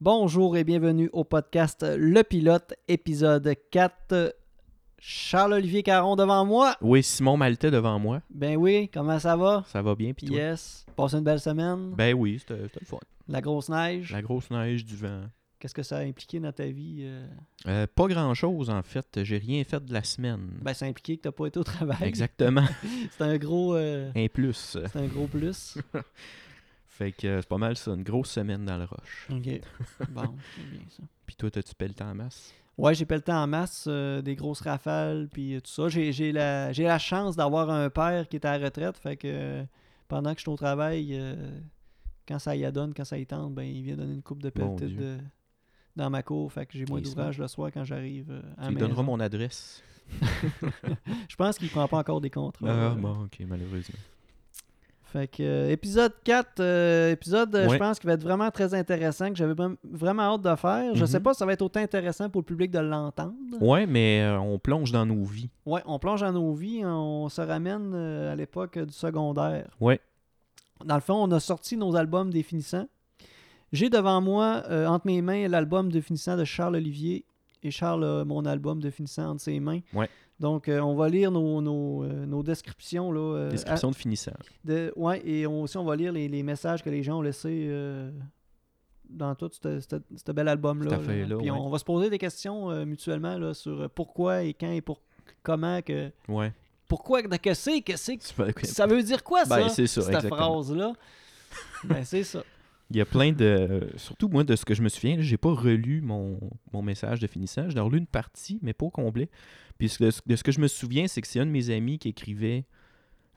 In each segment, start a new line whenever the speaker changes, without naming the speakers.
Bonjour et bienvenue au podcast Le Pilote, épisode 4. Charles-Olivier Caron devant moi.
Oui, Simon Maltais devant moi.
Ben oui, comment ça va?
Ça va bien, puis toi?
Yes. Passez une belle semaine.
Ben oui, c'était c'était le fun.
La grosse neige.
La grosse neige, du vent.
Qu'est-ce que ça a impliqué dans ta vie? euh?
Euh, pas grand-chose, en fait. J'ai rien fait de la semaine.
Ben, ça a impliqué que t'as pas été au travail.
Exactement.
C'est un gros. euh,
Un plus.
C'est un gros plus.
Fait que euh, c'est pas mal ça, une grosse semaine dans le roche.
OK. Bon, c'est bien ça.
Puis toi, t'as-tu pelleté en masse?
Ouais, j'ai pelleté en masse euh, des grosses rafales puis euh, tout ça. J'ai, j'ai la, j'ai la chance d'avoir un père qui est à la retraite. Fait que euh, pendant que je suis au travail, euh, quand ça y adonne, quand ça y tente, ben, il vient donner une coupe de
Mon
pelletées
Dieu.
de- dans ma cour. Fait que j'ai moins
Il se
d'ouvrage le soir quand j'arrive euh, à la
tu lui donneras
maison.
mon adresse.
Je pense qu'il prend pas encore des contrats.
Ah,
euh.
bon, ok, malheureusement.
Fait que euh, épisode 4, euh, épisode euh, je
Ouais.
pense qui va être vraiment très intéressant, que j'avais vra- vraiment hâte de faire. Je sais
Mhm.
pas si ça va être autant intéressant pour le public de l'entendre.
Ouais, mais euh, on plonge dans nos vies.
Ouais, on plonge dans nos vies, hein, on se ramène euh, à l'époque euh, du secondaire.
Ouais.
Dans le fond, on a sorti nos albums définissants. J'ai devant moi, euh, entre mes mains, l'album définissant de Charles Olivier et Charles a mon album définissant entre ses mains.
Ouais.
Donc, euh, on va lire nos, nos, euh, nos descriptions. Là, euh, à-
Description de finissant.
de- ouais, et on- aussi, on va lire les, les messages que les gens ont laissés euh, dans tout ce ce- ce bel album-là.
Cette
là.
affaire-là,
Puis
ouais.
on, on va se poser des questions euh, mutuellement là, sur euh, pourquoi et quand et pour comment que.
Ouais.
Pourquoi que que c'est que c'est que-
Tu peux- ok.
ça veut dire quoi ça
Ben, c'est ça,
cette
exactement.
phrase là ben c'est ça
Il y a plein de. euh, Surtout moi, de ce que je me souviens, là, j'ai pas relu mon, mon message de finissant. J'ai relu une partie, mais pas au complet. Puis ce que- de ce, que je me souviens, c'est que c'est un de mes amis qui écrivait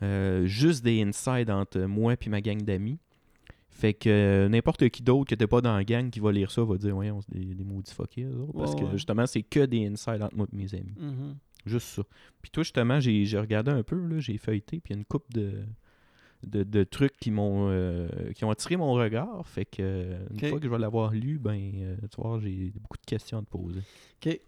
euh, juste des insides entre moi et ma gang d'amis. Fait que euh, n'importe qui d'autre qui n'était pas dans la gang qui va lire ça va dire Voyons, c'est des, des maudits fuckés, eux autres. Parce
Ouais,
que
ouais.
justement, c'est que des insides entre moi et mes amis.
Mhm.
Juste ça. Puis toi, justement, j'ai j'ai regardé un peu, là, j'ai feuilleté, puis il y a une coupe de, de, de trucs qui m'ont euh, qui ont attiré mon regard. Fait que euh, une
Ok.
fois que je vais l'avoir lu, ben euh, tu vois, j'ai beaucoup de questions à te poser.
ok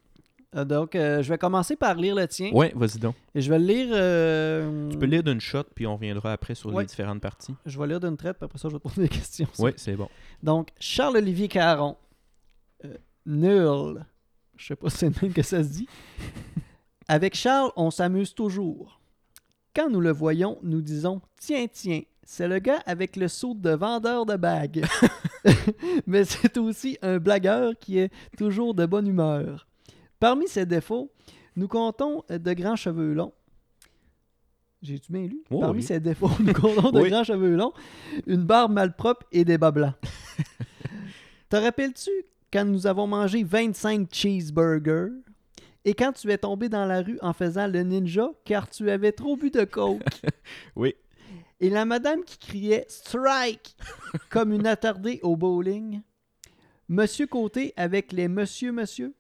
Euh, donc euh, je vais commencer par lire le tien
Ouais, vas-y donc.
et je vais le lire euh,
Tu peux lire d'une shot, puis on reviendra après sur
Ouais.
les différentes parties.
je vais lire d'une traite puis après ça je vais te poser des questions
Ouais, c'est bon.
donc Charles Olivier Caron Euh, nul je sais pas si c'est le même que ça se dit avec Charles on s'amuse toujours quand nous le voyons nous disons tiens tiens c'est le gars avec le saut de vendeur de bagues mais c'est aussi un blagueur qui est toujours de bonne humeur. Parmi ses défauts, nous comptons de grands cheveux longs. J'ai-tu bien lu?
Oui,
Parmi
oui.
ses défauts, nous comptons de
Oui.
grands cheveux longs, une barbe malpropre et des bas blancs. Te rappelles-tu quand nous avons mangé 25 cheeseburgers et quand tu es tombé dans la rue en faisant le ninja car tu avais trop bu de coke?
Oui.
Et la madame qui criait Strike comme une attardée au bowling. Monsieur Côté avec les Monsieur Monsieur.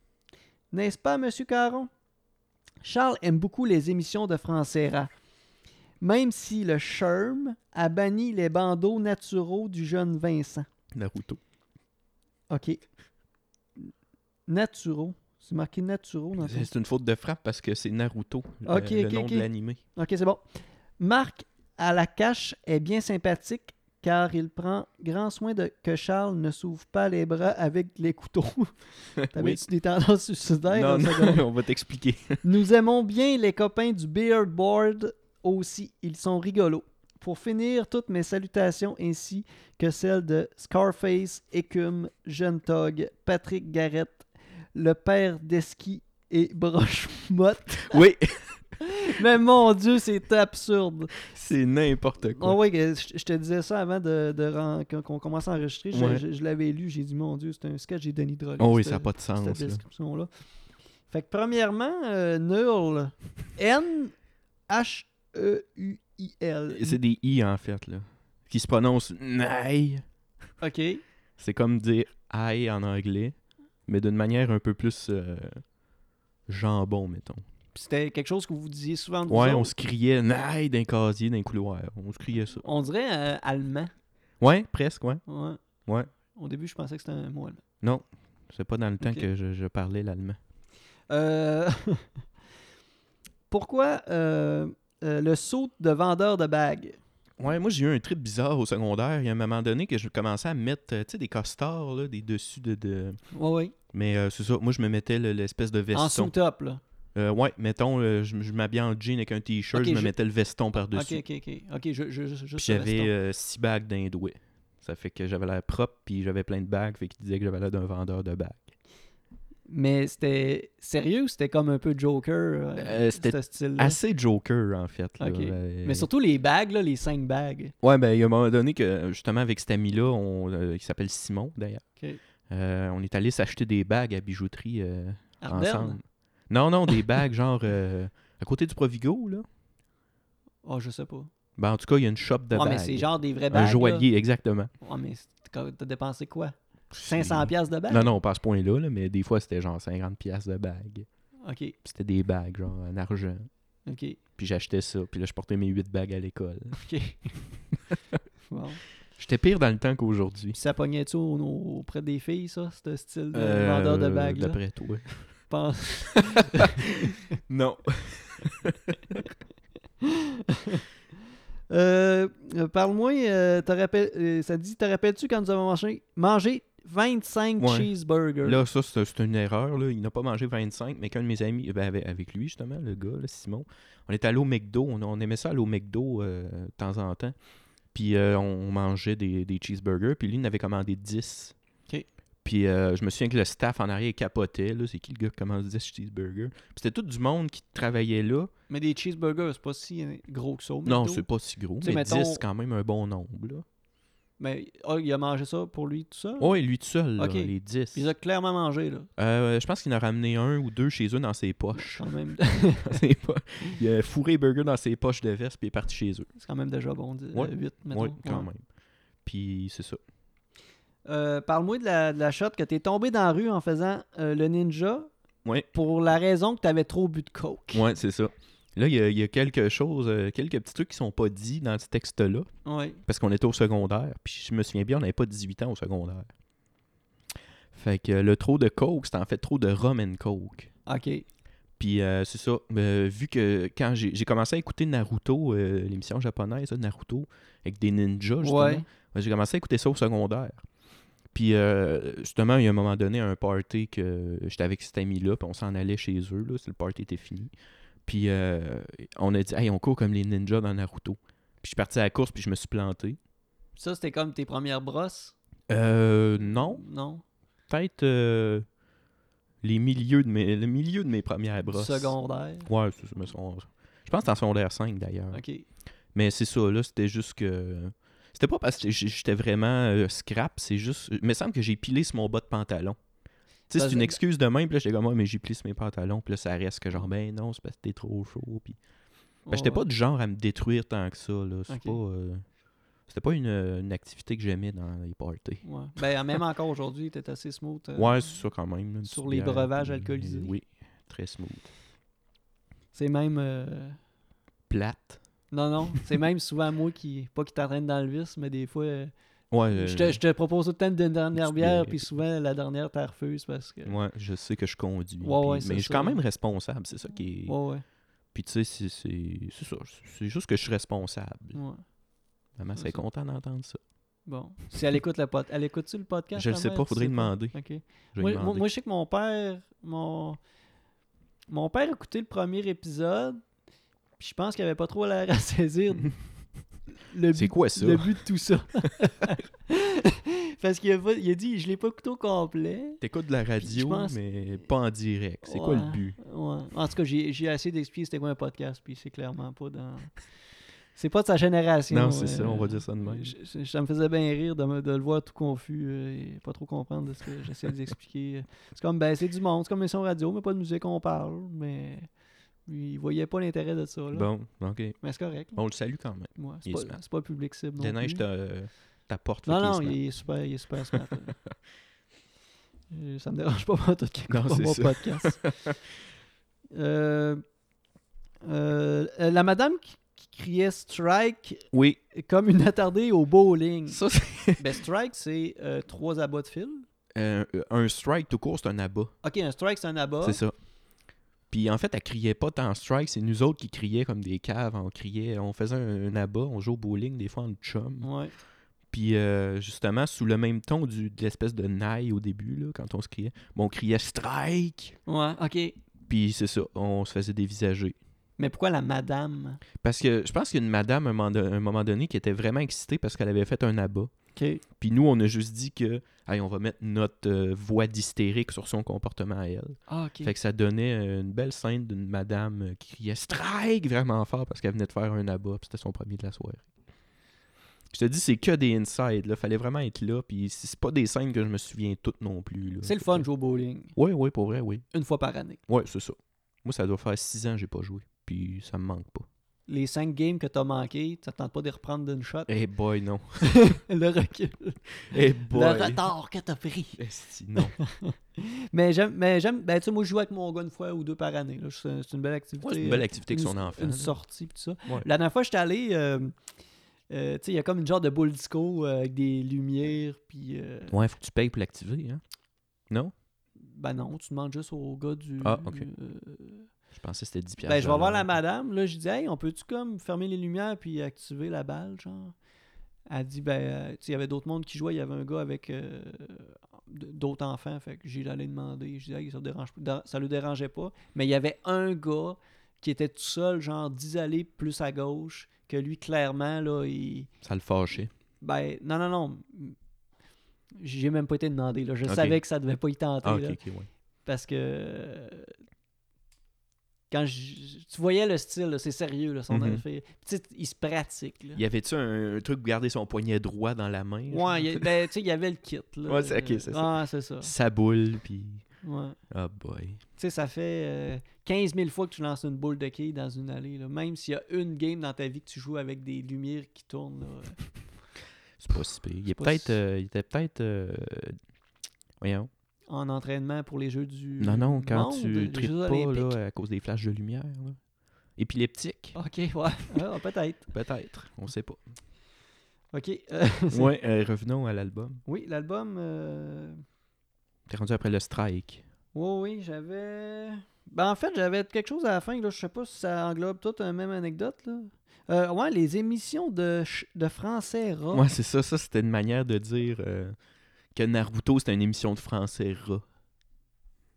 N'est-ce pas, Monsieur Caron? Charles aime beaucoup les émissions de Francera. Même si le Sherm a banni les bandeaux naturaux du jeune Vincent.
Naruto.
OK. Naturaux. C'est marqué naturaux dans ton
C'est une faute de frappe parce que c'est Naruto, euh,
Ok,
le
ok,
nom
ok.
de l'animé.
Ok, c'est bon. Marc à la cache est bien sympathique car il prend grand soin de que Charles ne s'ouvre pas les bras avec les couteaux. T'avais-tu des tendances suicidaires?
Non,
en
non,
secondaire?
on va t'expliquer.
Nous aimons bien les copains du Beard Board aussi. Ils sont rigolos. Pour finir, toutes mes salutations ainsi que celles de Scarface, Écume, Jeune Tog, Patrick Garrett, le père d'Esqui et Broche-Motte.
oui,
Mais mon Dieu, c'est absurde!
c'est n'importe quoi.
Ah oui, que je je te disais ça avant de, de ren- qu'on- qu'on commence à enregistrer. Je,
Ouais.
je- je l'avais lu, j'ai dit mon Dieu, c'est un sketch j'ai Denis Drolet.
Oh oui,
cette-
ça n'a pas de sens.
Cette
là.
description-là. Fait que premièrement, euh, Nurl. E N-H-E-U-I-L.
C'est des i en fait là, qui se prononcent naï.
OK.
C'est comme dire I en anglais, mais d'une manière un peu plus euh, jambon, mettons.
C'était quelque chose que vous disiez souvent. de vous
Ouais, on
autres.
se criait Naï d'un casier, d'un couloir. On se criait ça.
on... dirait euh, allemand.
Ouais, presque, ouais.
Ouais.
Ouais.
Au début, je pensais que c'était un mot allemand.
Non, c'est pas dans le temps
Ok.
que je, je parlais l'allemand.
Euh, Pourquoi euh, euh, le saut de vendeur de bagues
Ouais, moi j'ai eu un trip bizarre au secondaire. Il y a un moment donné que je commençais à me mettre euh, tu sais, des costards, là, des dessus de. de-
Ouais, ouais.
Mais euh, c'est ça, moi je me mettais le- l'espèce de
En
veston.
sous-top, là.
Euh, ouais, mettons, euh, je, je m'habillais en jean avec un t-shirt,
Ok,
je me
je-
mettais le veston par-dessus.
Ok, ok, ok. Ok, je, je, je-
Puis
juste le
j'avais
veston.
euh, six bagues d'un doigt. Ça fait que j'avais l'air propre, puis j'avais plein de bagues, fait qu'il disait que j'avais l'air d'un vendeur de bagues.
Mais c'était sérieux ou c'était comme un peu Joker, euh,
Euh, c'était
ce style-là?
Assez Joker, en fait. là.
Ok.
Euh,
Mais surtout les bagues, là, les cinq bagues.
Ouais, ben, il y a un moment donné que, justement, avec cet ami-là, on, euh, qui s'appelle Simon, d'ailleurs,
Ok.
euh, on est allé s'acheter des bagues à bijouterie euh,
Ardennes?
ensemble. Non, non, des bagues genre euh, à côté du Provigo, là.
Oh, je sais pas.
Ben, en tout cas, il y a une shop de
Ouais, mais
bagues.
c'est genre des vraies
un
bagues. là.
joaillier, exactement.
Ouais, mais c'est- quand t'as dépensé quoi? 500 pièces de bagues?
Non, non, pas à ce point-là, là, mais des fois, c'était genre 50 pièces de bagues.
OK,
Puis C'était des bagues, genre, en argent.
OK,
Puis j'achetais ça. Puis là, je portais mes 8 bagues à l'école.
OK. bon. Puis
J'étais pire dans le temps qu'aujourd'hui.
ça pognait-tu au- au- auprès des filles, ça, ce style de
Euh,
vendeur de bagues? là?
D'après toi.
Je pense.
Non.
Euh, euh, Parle-moi, euh, te rappel- euh, ça dit, te rappelles-tu quand nous avons mangé, mangé 25
Ouais.
cheeseburgers?
Là, ça, c'est c'est une erreur. Là. Il n'a pas mangé 25, mais qu'un de mes amis, ben, avec, avec lui, justement, le gars, là, Simon, on était allé au McDo. On, on aimait ça aller au McDo euh, de temps en temps. Puis euh, on mangeait des, des cheeseburgers. Puis lui, il en avait commandé 10.
OK.
Puis euh, je me souviens que le staff en arrière capotait. là. C'est qui le gars qui commande 10 cheeseburgers? Puis c'était tout du monde qui travaillait là.
Mais des cheeseburgers, c'est pas si euh, gros que ça. au
Non,
McDo.
c'est pas si gros,
Tu sais,
mais 10,
mettons-
c'est quand même un bon nombre. Là.
Mais ah, il a mangé ça pour lui tout ça?
Ouais, Oh, lui tout seul, là,
Ok.
les 10.
Il a clairement mangé, là.
Euh, je pense qu'il en a ramené un ou deux chez eux dans ses poches.
Quand même,
Dans ses po- Il a fourré burger dans ses poches de veste puis est parti chez eux.
c'est quand même déjà bon, dit,
Ouais.
8, mettons.
Oui, quand
Ouais.
même. Puis c'est ça.
Euh, Parle-moi de la, de la shot que t'es tombé dans la rue en faisant euh, le ninja
Ouais.
pour la raison que t'avais trop bu de coke.
Ouais, c'est ça. Là, il y, a- il y a quelque chose, euh, quelques petits trucs qui sont pas dits dans ce texte-là.
Ouais.
parce qu'on était au secondaire. Puis je me souviens bien, on n'avait pas 18 ans au secondaire. Fait que euh, le trop de coke, c'était en fait trop de rum and coke.
Ok.
Puis euh, c'est ça, euh, vu que quand j'ai j'ai commencé à écouter Naruto, euh, l'émission japonaise, là, Naruto, avec des ninjas, justement,
Ouais.
ouais, j'ai commencé à écouter ça au secondaire. Puis euh, justement, il y a un moment donné, un party que j'étais avec cet ami-là, puis on s'en allait chez eux, là, si le party était fini. Puis euh, on a dit, hey, on court comme les ninjas dans Naruto. Puis je suis parti à la course, puis je me suis planté.
Ça, c'était comme tes premières brosses?
Euh, non.
Non.
Peut-être euh, les milieux de mes, le milieu de mes premières
Du
brosses.
Secondaire.
Ouais, c'est- mais son- je pense que c'est en secondaire 5 d'ailleurs.
Ok.
Mais c'est ça, là, c'était juste que. C'était pas parce que j- j'étais vraiment euh, scrap, c'est juste. Il me semble que j'ai pilé sur mon bas de pantalon. Tu sais,
Parce-
c'est une excuse de même, puis là, j'étais comme, Ah, mais j'ai plié sur mes pantalons, puis là, ça reste que genre, ben non, c'est parce que t'es trop chaud, puis. Ben, j'étais
Ouais,
pas du genre à me détruire tant que ça, là. C'est
Ok.
pas. euh, C'était pas une, une activité que j'aimais dans les parties.
ouais. Ben, même encore aujourd'hui, t'es assez smooth. euh.
Ouais, c'est ça quand même. là, une
sur
petite
les
bière,
breuvages
puis- euh,
alcoolisés.
Oui, très smooth.
C'est même. euh,
Plate.
Non, non. C'est même souvent moi qui. Pas qui t'entraîne dans le vice, mais des fois. euh,
Ouais, euh,
je, te, je te propose tout le temps une dernière
petite
bière,
bière.
puis souvent la dernière, t'as refuse parce que.
ouais, je sais que je conduis.
Ouais,
puis-
ouais, c'est
mais je suis
ça.
quand même responsable, c'est ça qui est.
Ouais, ouais.
Puis tu sais, c'est- c'est c'est ça. C'est juste que je suis responsable.
ouais.
Maman
c'est
serait
ça.
contente d'entendre ça.
Bon. Si elle écoute le podcast. Elle écoute-tu le podcast?
Je le
ta
sais
mère,
pas,
tu
faudrait
sais
demander.
Ok.
Je vais
Moi,
lui
moi-
demander.
moi, je sais que mon père, mon, mon père écoutait le premier épisode, puis je pense qu'il avait pas trop l'air à saisir le
c'est
but,
quoi ça?
le but de tout ça. Parce qu'il a, pas- il a dit, je l'ai pas écouté au complet.
T'écoutes de la radio,
pense-
mais pas en direct. C'est quoi
Ouais.
le but?
Ouais. En tout cas, j'ai j'ai essayé d'expliquer c'était quoi un podcast, puis c'est clairement pas dans... C'est pas de sa génération.
Non, c'est ça,
euh,
on va dire ça de même.
je- je- ça me faisait bien rire de, me- de le voir tout confus euh, et pas trop comprendre de ce que j'essaie d'expliquer. C'est comme, ben, c'est du monde, c'est comme une émission radio, mais pas de musique, on parle. Mais il voyait pas l'intérêt de ça. là.
Bon, ok.
Mais c'est correct.
On le salue quand même.
moi. C'est
il est
pas,
smart.
c'est pas public cible. Non,
Des
plus.
neiges, t'apportes.
non, non, il est super, il est super smart. là. Euh, ça me dérange pas pas tout qu'il
Non,
écoute pas
c'est
mon
ça.
podcast. Euh, euh, la madame qui qui criait strike
Oui,
comme une attardée au bowling.
ça, c'est.
Ben, strike, c'est euh, trois abats de fil.
Euh, un strike tout court, c'est un abat.
Ok, un strike, c'est un abat.
C'est ça. Puis en fait, elle criait pas tant strike, c'est nous autres qui criait comme des caves. On criait, on faisait un, un abat, on jouait au bowling, des fois en chum.
Ouais.
Puis euh, justement, sous le même ton du, de l'espèce de naille au début, là, quand on se criait, bon, on criait strike.
Ouais, ok.
Puis c'est ça, on se faisait dévisager.
Mais pourquoi la madame
Parce que je pense qu'il y a une madame à un moment, don- un moment donné qui était vraiment excitée parce qu'elle avait fait un abat.
Ok.
Puis nous, on a juste dit que, hey, on va mettre notre euh, voix d'hystérique sur son comportement à elle.
Ah, ok.
Fait que ça donnait euh, une belle scène d'une madame euh, qui criait strike vraiment fort parce qu'elle venait de faire un abat, puis c'était son premier de la soirée. Je te dis, c'est que des inside, là. Fallait vraiment être là, puis c'est c'est pas des scènes que je me souviens toutes non plus, là.
C'est le fun de jouer au bowling.
Oui, oui, pour vrai, oui.
Une fois par année.
Oui, c'est ça. Moi, ça doit faire six ans que j'ai pas joué, puis ça me manque pas.
Les cinq games que t'as manqué, tu tentes pas de les reprendre d'une shot.
Eh boy, non.
le recul.
Eh boy.
Le retard que t'as pris.
Esti, non.
Mais j'aime, mais j'aime, ben tu sais, moi je joue avec mon gars une fois ou deux par année. là. C'est c'est une belle activité. euh,
Ouais, c'est une belle activité avec son enfant.
Une
là.
sortie, pis tout ça.
Ouais.
La dernière fois, j'étais allé, euh, euh, tu sais, il y a comme une genre de boule disco euh, avec des lumières, puis euh,
Ouais, faut que tu payes pour l'activer, hein. Non?
ben non, tu demandes juste au gars du.
Ah, ok.
euh,
Je pensais que c'était 10 piastres.
ben je vais voir la
madame.
madame, là, je dis, hey, on peut-tu comme fermer les lumières puis activer la balle, genre Elle dit, ben, euh, tu sais, il y avait d'autres mondes qui jouaient, il y avait un gars avec euh, d- d'autres enfants, fait que j'ai allé demander, je dis, hey, ça, le dérange, pas- ça le dérangeait pas, mais il y avait un gars qui était tout seul, genre 10 allées plus à gauche, que lui, clairement, là, il.
Ça le fâchait.
Ben, non, non, non. J'ai même pas été demandé. Là. Je
Ok.
savais que ça devait pas y tenter.
Ah, ok,
là,
ok, ouais.
parce que. euh, Quand je- tu voyais le style, là, c'est sérieux, là, son
Mhm.
affaire. Puis, tu sais, il se pratique. Là.
Y avait-tu un, un truc pour garder son poignet droit dans la main? genre?
Ouais, il y a- ben, tu sais, il y avait le kit. Là.
Ouais, c'est- ok, c'est ça.
Ah, c'est ça.
Sa boule, puis...
Ouais.
Ah boy.
Tu sais, ça fait euh, 15 000 fois que tu lances une boule de quilles dans une allée. là. Même s'il y a une game dans ta vie que tu joues avec des lumières qui tournent. là. euh,
C'est pas si pire. Il, est
pas
peut-être,
si-
euh, il était peut-être... euh, Voyons.
en entraînement pour les jeux du
Non, non, quand
monde, les
tu tripes
Jeux
pas
olympiques.
là, à cause des flashs de lumière. là. Épileptique,
OK, ouais. Ah, peut-être.
peut-être. On sait pas.
OK. euh, c'est-
Ouais, euh, revenons à l'album.
Oui, l'album. euh,
T'es rendu après le strike.
Oui, oui, j'avais. Ben, en fait, j'avais quelque chose à la fin. Là. Je sais pas si ça englobe toute la même anecdote. Là. Euh, ouais, les émissions de, ch- de français rock.
Ouais, c'est ça. Ça, c'était une manière de dire euh, que Naruto, c'était une émission de français rat.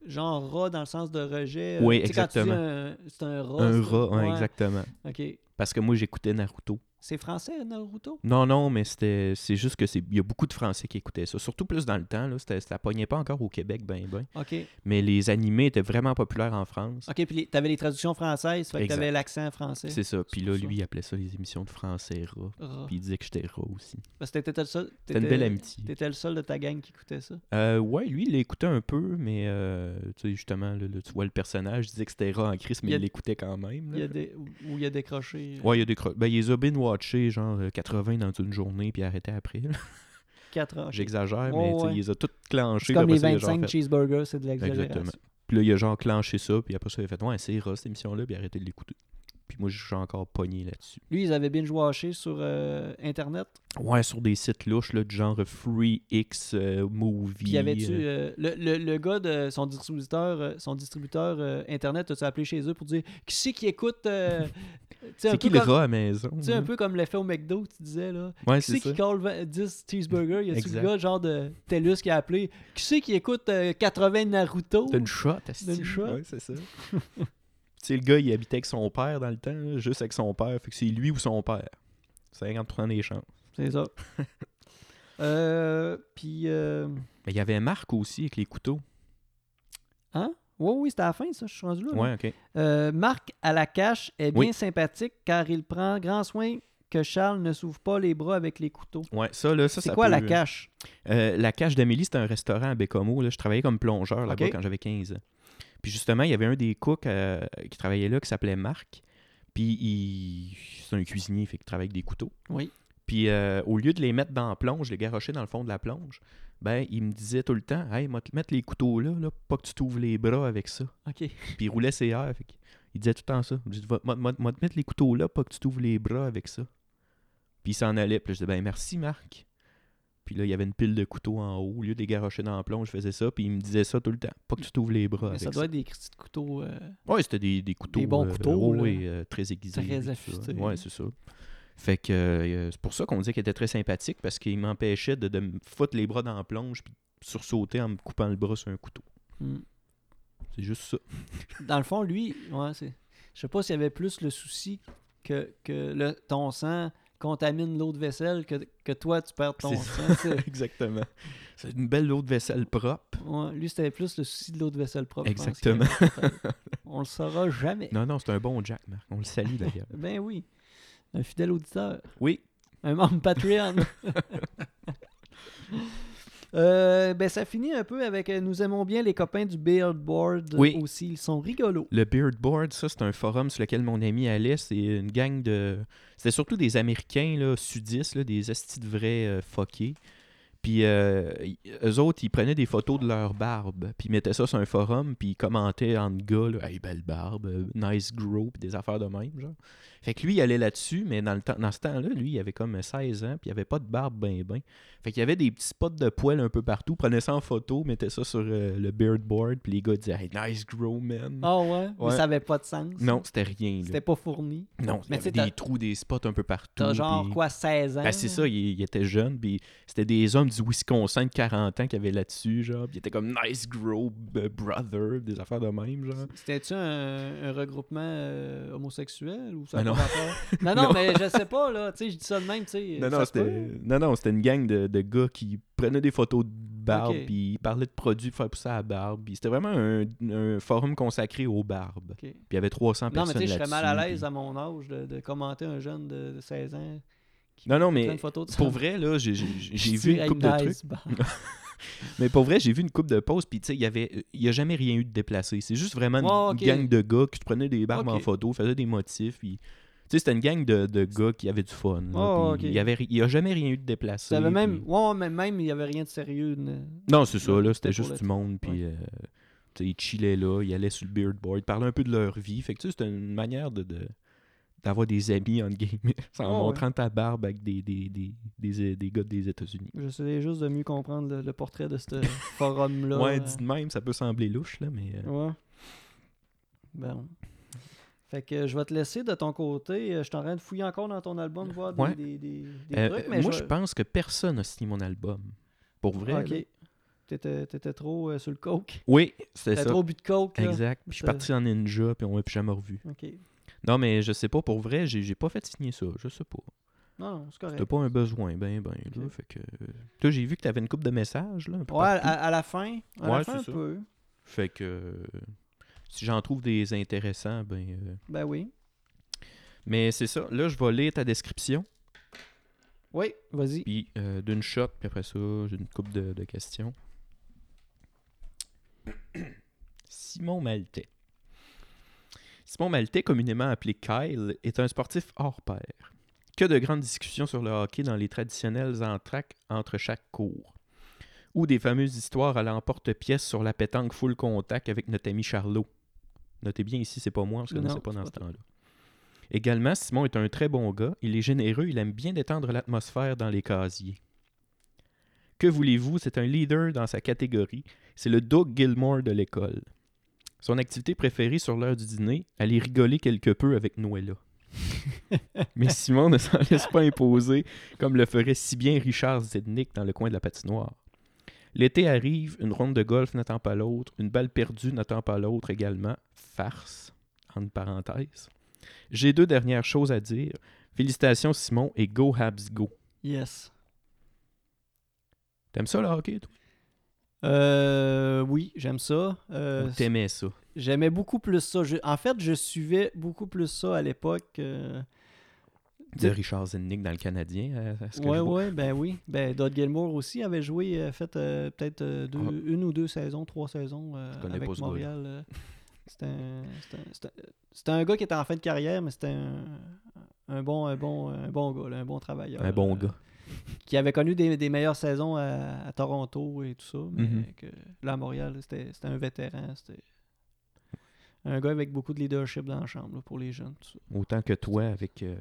Genre rat dans le sens de rejet. euh,
Oui,
Tu sais, quand tu dis
exactement.
un- C'est un rat.
Un
Ah, c'est-
rat, hein,
ouais,
exactement.
OK.
Parce que moi, j'écoutais Naruto.
C'est français, Naruto?
Non, non, mais c'était c'est juste que c'est il y a beaucoup de Français qui écoutaient ça. Surtout plus dans le temps, là, c'était- ça pognait pas encore au Québec, ben ben.
OK.
Mais les animés étaient vraiment populaires en France.
OK, puis les- t'avais les traductions françaises, fait que
Exact.
t'avais l'accent français.
C'est ça. Puis là,
pour ça.
lui, il appelait ça les émissions de Français rat.
Rat.
Puis il disait que j'étais rat aussi.
Parce que Ben, t'étais le seul.
C'était une
t'étais-
belle amitié.
T'étais le seul de ta gang qui écoutait ça.
Euh, ouais, lui, il l'écoutait un peu, mais euh, tu sais, justement, là, là, tu vois le personnage, il disait que c'était rat en crise, mais
Il y a-
il l'écoutait quand même.
Il
là.
y a des... Où où il a décroché euh,
Ouais, il y a des cro- Ben, il les a binge watchés, genre euh, 80 dans une journée, puis arrêté après. là.
quatre ans. ok.
J'exagère,
Ouais,
mais tu sais,
ouais.
il les a toutes clenchées.
C'est comme
puis
les
après ça, il a genre
25
fait-
cheeseburgers, c'est de l'exagération.
Exactement. Puis là, il a genre clenché ça, puis après ça, il a fait Ouais, c'est Ross, cette émission-là, puis arrêté de l'écouter. Puis moi, je suis encore pogné là-dessus.
Lui, ils avaient binge-watché sur euh, Internet.
Ouais, sur des sites louches, là, du genre Free X euh, Movie.
Puis, y avait-tu.
euh,
euh, le, le- le gars de son distributeur, euh, son distributeur euh, Internet, as-tu appelé chez eux pour dire Qui c'est qui écoute euh, Tu sais, un
C'est
peu
qui le
comme-
rat à maison
Tu sais, un
hein?
peu comme l'effet au McDo, tu disais, là.
Ouais,
Qui c'est
c'est ça.
qui colle 20 10 cheeseburgers? Y a-tu le
Exact.
gars, genre de TELUS, qui a appelé? Qui c'est qui écoute euh, 80 Naruto?
T'as une shot, asti.
T'as une shot.
Ouais, c'est ça. tu sais, le gars, il habitait avec son père dans le temps, là, juste avec son père. Fait que c'est lui ou son père. 50% des chances.
C'est ça. Euh, puis, euh,
Mais il y avait Marc aussi avec les couteaux.
ouais, oui, c'était à la fin, ça. Je suis rendu là. là.
Ouais, ok.
Euh, Marc à la cache est bien
Oui.
sympathique car il prend grand soin que Charles ne s'ouvre pas les bras avec les couteaux.
Ouais, ça, là, ça,
C'est
ça
quoi la
peut-
cache
Euh, la cage d'Amélie, c'était un restaurant à Bécomo. Là. Je travaillais comme plongeur là-bas
Ok.
quand j'avais 15 ans. Puis justement, il y avait un des cooks euh, qui travaillait là qui s'appelait Marc. Puis il... c'est un cuisinier, fait qu'il travaille avec des couteaux.
Oui.
Puis euh, au lieu de les mettre dans la plonge, les garrocher dans le fond de la plonge, ben il me disait tout le temps Hey, moi, te mettre les couteaux là, là, pas que tu t'ouvres les bras avec ça.
Ok.
Puis il roulait ses airs. Fait qu'il- il disait tout le temps ça. Il dit, Va- moi- moi- moi te mettre les couteaux là, pas que tu t'ouvres les bras avec ça. Puis il s'en allait. Puis là, je disais, ben merci Marc. Puis là, il y avait une pile de couteaux en haut. Au lieu de les garrocher dans le plomb, je faisais ça. Puis il me disait ça tout le temps. Pas que tu t'ouvres les bras.
Mais ça
avec
doit
ça.
être des critiques de couteau. euh,
Ouais, c'était des, des couteaux.
Des bons couteaux,
ouais,
là.
euh, très aiguisés.
Très
puis tout ça.
affûtés.
Ouais, c'est ça. Fait que euh, c'est pour ça qu'on dit qu'il était très sympathique parce qu'il m'empêchait de, de me foutre les bras dans la plonge puis de sursauter en me coupant le bras sur un couteau.
hmm.
C'est juste ça.
Dans le fond, lui, ouais, c'est... je sais pas s'il y avait plus le souci que, que le, ton sang contamine l'eau de vaisselle que, que toi, tu perds ton
C'est
sang. c'est-
Exactement. C'est une belle eau de vaisselle propre.
Ouais, lui, c'était plus le souci de l'eau de vaisselle propre. je pense,
Exactement.
que- On le saura jamais.
Non, non, c'est un bon Jack, Marc. On le salue d'ailleurs.
Ben oui. Un fidèle auditeur.
oui.
Un membre Patreon. Euh, ben ça finit un peu avec euh, nous aimons bien les copains du Billboard
Oui.
aussi ils sont rigolos
Le Beard Board, ça, c'est un forum sur lequel mon ami allait. C'est une gang de. C'était surtout des Américains, là, sudistes, là, des astis de vrais euh, fuckés. Puis euh, y- eux autres, ils prenaient des photos de leur barbe, puis ils mettaient ça sur un forum, puis ils commentaient en gars, là, hey, belle barbe, euh, nice grow, puis des affaires de même, genre. Fait que lui, il allait là-dessus, mais dans, le temps, dans ce temps-là, lui, il avait comme 16 ans, puis il avait pas de barbe ben ben. Fait qu'il y avait des petits spots de poils un peu partout, prenait ça en photo, mettait ça sur euh, le beard board, puis les gars disaient, hey, nice grow, man.
ah ouais, mais
Ouais.
ça avait pas de sens
Non, c'était rien. là.
c'était pas fourni
Non,
Mais
il y avait
tu sais,
des trous, des spots un peu partout.
t'as genre
puis-
quoi 16 ans
Ben, c'est ça, il, il était jeune, puis c'était des hommes du Wisconsin de 40 ans qui avaient là-dessus, genre, puis ils étaient comme « Nice grow, b- brother », des affaires de même, genre.
C'était-tu un, un regroupement euh, homosexuel ou ça a
Ben non.
pas rapport? Non, non,
Non.
mais je sais pas, là. Tu sais, je dis ça de même, tu sais.
Non,
ça
non,
se peut.
c'était, non, non, c'était une gang de, de gars qui prenaient des photos de barbe,
Ok.
puis ils parlaient de produits pour faire pousser à la barbe, puis c'était vraiment un, un forum consacré aux barbes.
Ok.
Puis il y avait 300
Non, mais
personnes
tu sais, je
là-dessus.
serais mal à l'aise
puis-
à mon âge de, de commenter un jeune de, de 16 ans qui
Non, non,
prend
mais
hein, une photo de son-
pour vrai, là, j'ai, j'ai- j'ai
qui
vu
dit,
une
Hey,
couple de trucs.
nice, bah.
Mais pour vrai, j'ai vu une coupe de pause, puis tu sais, il y avait- euh, il y a jamais rien eu de déplacé. C'est juste vraiment une
Ouais, ok.
gang de gars qui te prenaient des barbes en
Ok.
photo, faisaient des motifs, puis... Tu sais, c'était une gang de, de gars qui avaient du fun. là,
Ouais,
puis
Ah, ok.
Il y avait ri- il y a jamais rien eu de déplacé.
Ça avait même...
puis-
Ouais, mais même, il y avait rien de sérieux. ne-
Non, c'est ça,
Ouais,
là, c'était
c'était pour
juste
le
du monde, puis... euh, tu sais, ils chillaient là, ils allaient sur le beard board, ils parlaient un peu de leur vie. Fait que tu sais, c'était une manière de... de- d'avoir des amis, entre guillemets,
Ah,
en
Ouais, ouais.
montrant ta barbe avec des, des, des, des, des gars des États-Unis.
J'essayais juste de mieux comprendre le, le portrait de ce forum-là.
Ouais, dit de même, ça peut sembler louche, là, mais... euh,
Ouais. Bon. Fait que euh, je vais te laisser de ton côté. Euh, Je suis en train de fouiller encore dans ton album, voir des,
Ouais.
des, des- des
Euh,
trucs.
euh,
Mais
moi,
je, Ah,
je... pense que personne n'a signé mon album. Pour vrai.
Ok.
là.
T'étais, t'étais trop euh, sur le coke.
Oui, c'est
T'étais
ça.
trop au but de coke. là.
Exact. Puis Je suis
Ça-
parti en ninja, puis on m'a plus jamais revu.
Ok.
Non, mais je sais pas, pour vrai, j'ai j'ai pas fait signer ça. Je sais pas.
Non, non, c'est correct.
T'as pas un besoin, ben, ben. là,
Ok.
fait que... Toi, j'ai vu que t'avais une coupe de messages, là. un peu
Ouais,
partout.
à, à la fin. À la
Ouais,
fin
c'est
un
ça.
peu.
Fait que... euh, Si j'en trouve des intéressants, ben... euh,
Ben oui.
Mais c'est ça. Là, je vais lire ta description,
Oui, vas-y.
puis euh, d'une shot, puis après ça, j'ai une coupe de, de questions. Simon Maltais. Simon Maltais, communément appelé Kyle, est un sportif hors pair. Que de grandes discussions sur le hockey dans les traditionnels entraques entre chaque cours. Ou des fameuses histoires à l'emporte-pièce sur la pétanque full contact avec notre ami Charlot. Notez bien ici, c'est pas moi, on se
Non,
connaissait pas
c'est
dans ce
pas
temps-là. Également, Simon est un très bon gars. Il est généreux, il aime bien détendre l'atmosphère dans les casiers. Que voulez-vous, c'est un leader dans sa catégorie. C'est le Doug Gilmore de l'école. Son activité préférée sur l'heure du dîner, aller rigoler quelque peu avec Noëlla. Mais Simon ne s'en laisse pas imposer, comme le ferait si bien Richard Zednick dans le coin de la patinoire. L'été arrive, une ronde de golf n'attend pas l'autre, une balle perdue n'attend pas l'autre également. Farce, entre parenthèses. J'ai deux dernières choses à dire. Félicitations Simon et go Habs go.
Yes.
T'aimes ça le hockey, toi?
Euh, oui, j'aime ça. Euh,
Ou T'aimais ça?
J'aimais beaucoup plus ça. Je- en fait, je suivais beaucoup plus ça à l'époque. euh,
De Richard Zednick dans le Canadien, à- à ce que
Ouais,
je vois.
ouais, ben oui. Ben, Dodd Gilmour aussi avait joué, euh, fait euh, peut-être euh, deux-
Ah.
une ou deux saisons, trois saisons euh,
connais
avec
pas ce gars-là.
Montréal. euh. C'était un, c'était un- c'était un- c'était un gars qui était en fin de carrière, mais c'était un, un bon, un, bon, un bon gars, là, un bon travailleur.
Un bon
euh,
gars.
Qui avait connu des, des meilleures saisons à, à Toronto et tout ça, mais
Mhm.
que là, à Montréal, c'était c'était un vétéran. C'était un gars avec beaucoup de leadership dans la chambre là, pour les jeunes. tout ça.
Autant que toi avec... euh,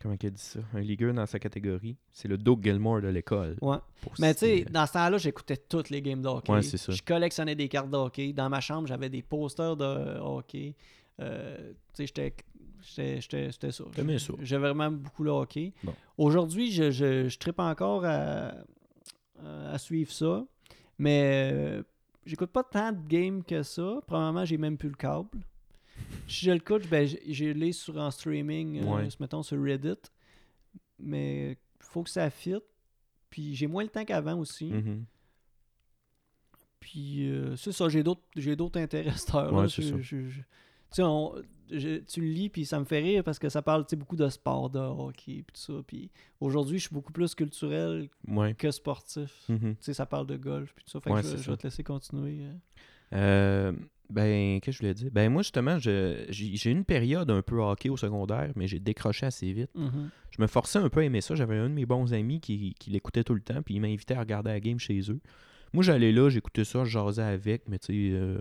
Comment qu'il dit ça Un ligueur dans sa catégorie. C'est le Doug Gilmore de l'école.
Ouais.
Pour
Mais tu sais,
citer-
dans ce temps-là, j'écoutais toutes les games de hockey.
Ouais, c'est ça.
Je collectionnais des cartes de hockey. Dans ma chambre, j'avais des posters de hockey. Euh, tu sais, j'étais- j'étais j'étais- c'était ça.
T'aimais ça.
J'avais vraiment beaucoup le hockey.
Bon.
Aujourd'hui, je, je, je trippe encore à, à suivre ça. Mais euh, j'écoute pas tant de games que ça. Premièrement, j'ai même plus le câble. Si je le coach, ben, j- je l'ai sur en streaming, euh,
Ouais.
sur- mettons sur Reddit. Mais faut que ça fit. Puis j'ai moins le temps qu'avant aussi.
Mhm.
Puis euh, c'est ça, j'ai d'autres j'ai d'autres intérêts à cette heure.
Ouais, c'est ça.
Tu sais, on- je- tu le lis, puis ça me fait rire parce que ça parle tu sais, beaucoup de sport, de hockey, puis tout ça. Puis aujourd'hui, je suis beaucoup plus culturel
Ouais.
que sportif. Tu
Mhm.
sais, ça parle de golf, puis tout ça. Fait
Ouais,
que je,
c'est
je
ça.
vais te laisser continuer. euh.
Euh, ben, qu'est-ce que je voulais dire? Ben, moi, justement, je- j'ai j'ai eu une période un peu hockey au secondaire, mais j'ai décroché assez vite.
Mhm.
Je me forçais un peu à aimer ça. J'avais un de mes bons amis qui, qui l'écoutait tout le temps, puis il m'invitait à regarder la game chez eux. Moi, j'allais là, j'écoutais ça, je jasais avec, mais tu sais, euh,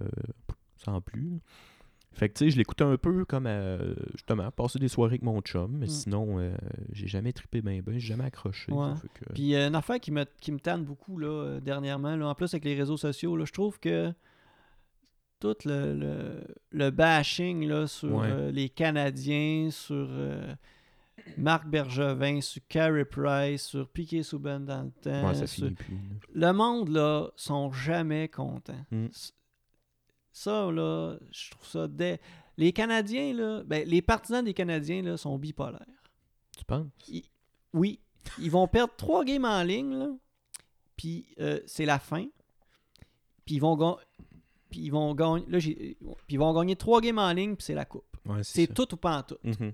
sans plus. là. Fait que tu sais, je l'écoutais un peu comme, euh, justement, passer des soirées avec mon chum, mais
Mm.
sinon, euh, j'ai jamais trippé ben ben, j'ai jamais accroché.
Ouais.
Fait que-
Puis euh, une affaire qui me, qui me tanne beaucoup là, euh, dernièrement, là, en plus avec les réseaux sociaux, là, je trouve que tout le, le, le bashing là, sur
Ouais.
euh, les Canadiens, sur euh, Marc Bergevin, sur Carey Price, sur Piquet Souben dans le temps,
Ouais, ça
sur-
finit plus. là.
le monde là sont jamais contents.
Mm.
S- Ça là, je trouve ça dé- les Canadiens là, ben, les partisans des Canadiens là sont bipolaires.
Tu penses?
Oui, ils vont perdre trois games en ligne, là. Puis euh, c'est la fin. Puis ils vont gagner. Puis ils vont gagner. Là, j'ai- puis ils vont gagner trois games en ligne, puis c'est la coupe.
Ouais,
C'est
ça.
tout ou pas en tout.
Mhm.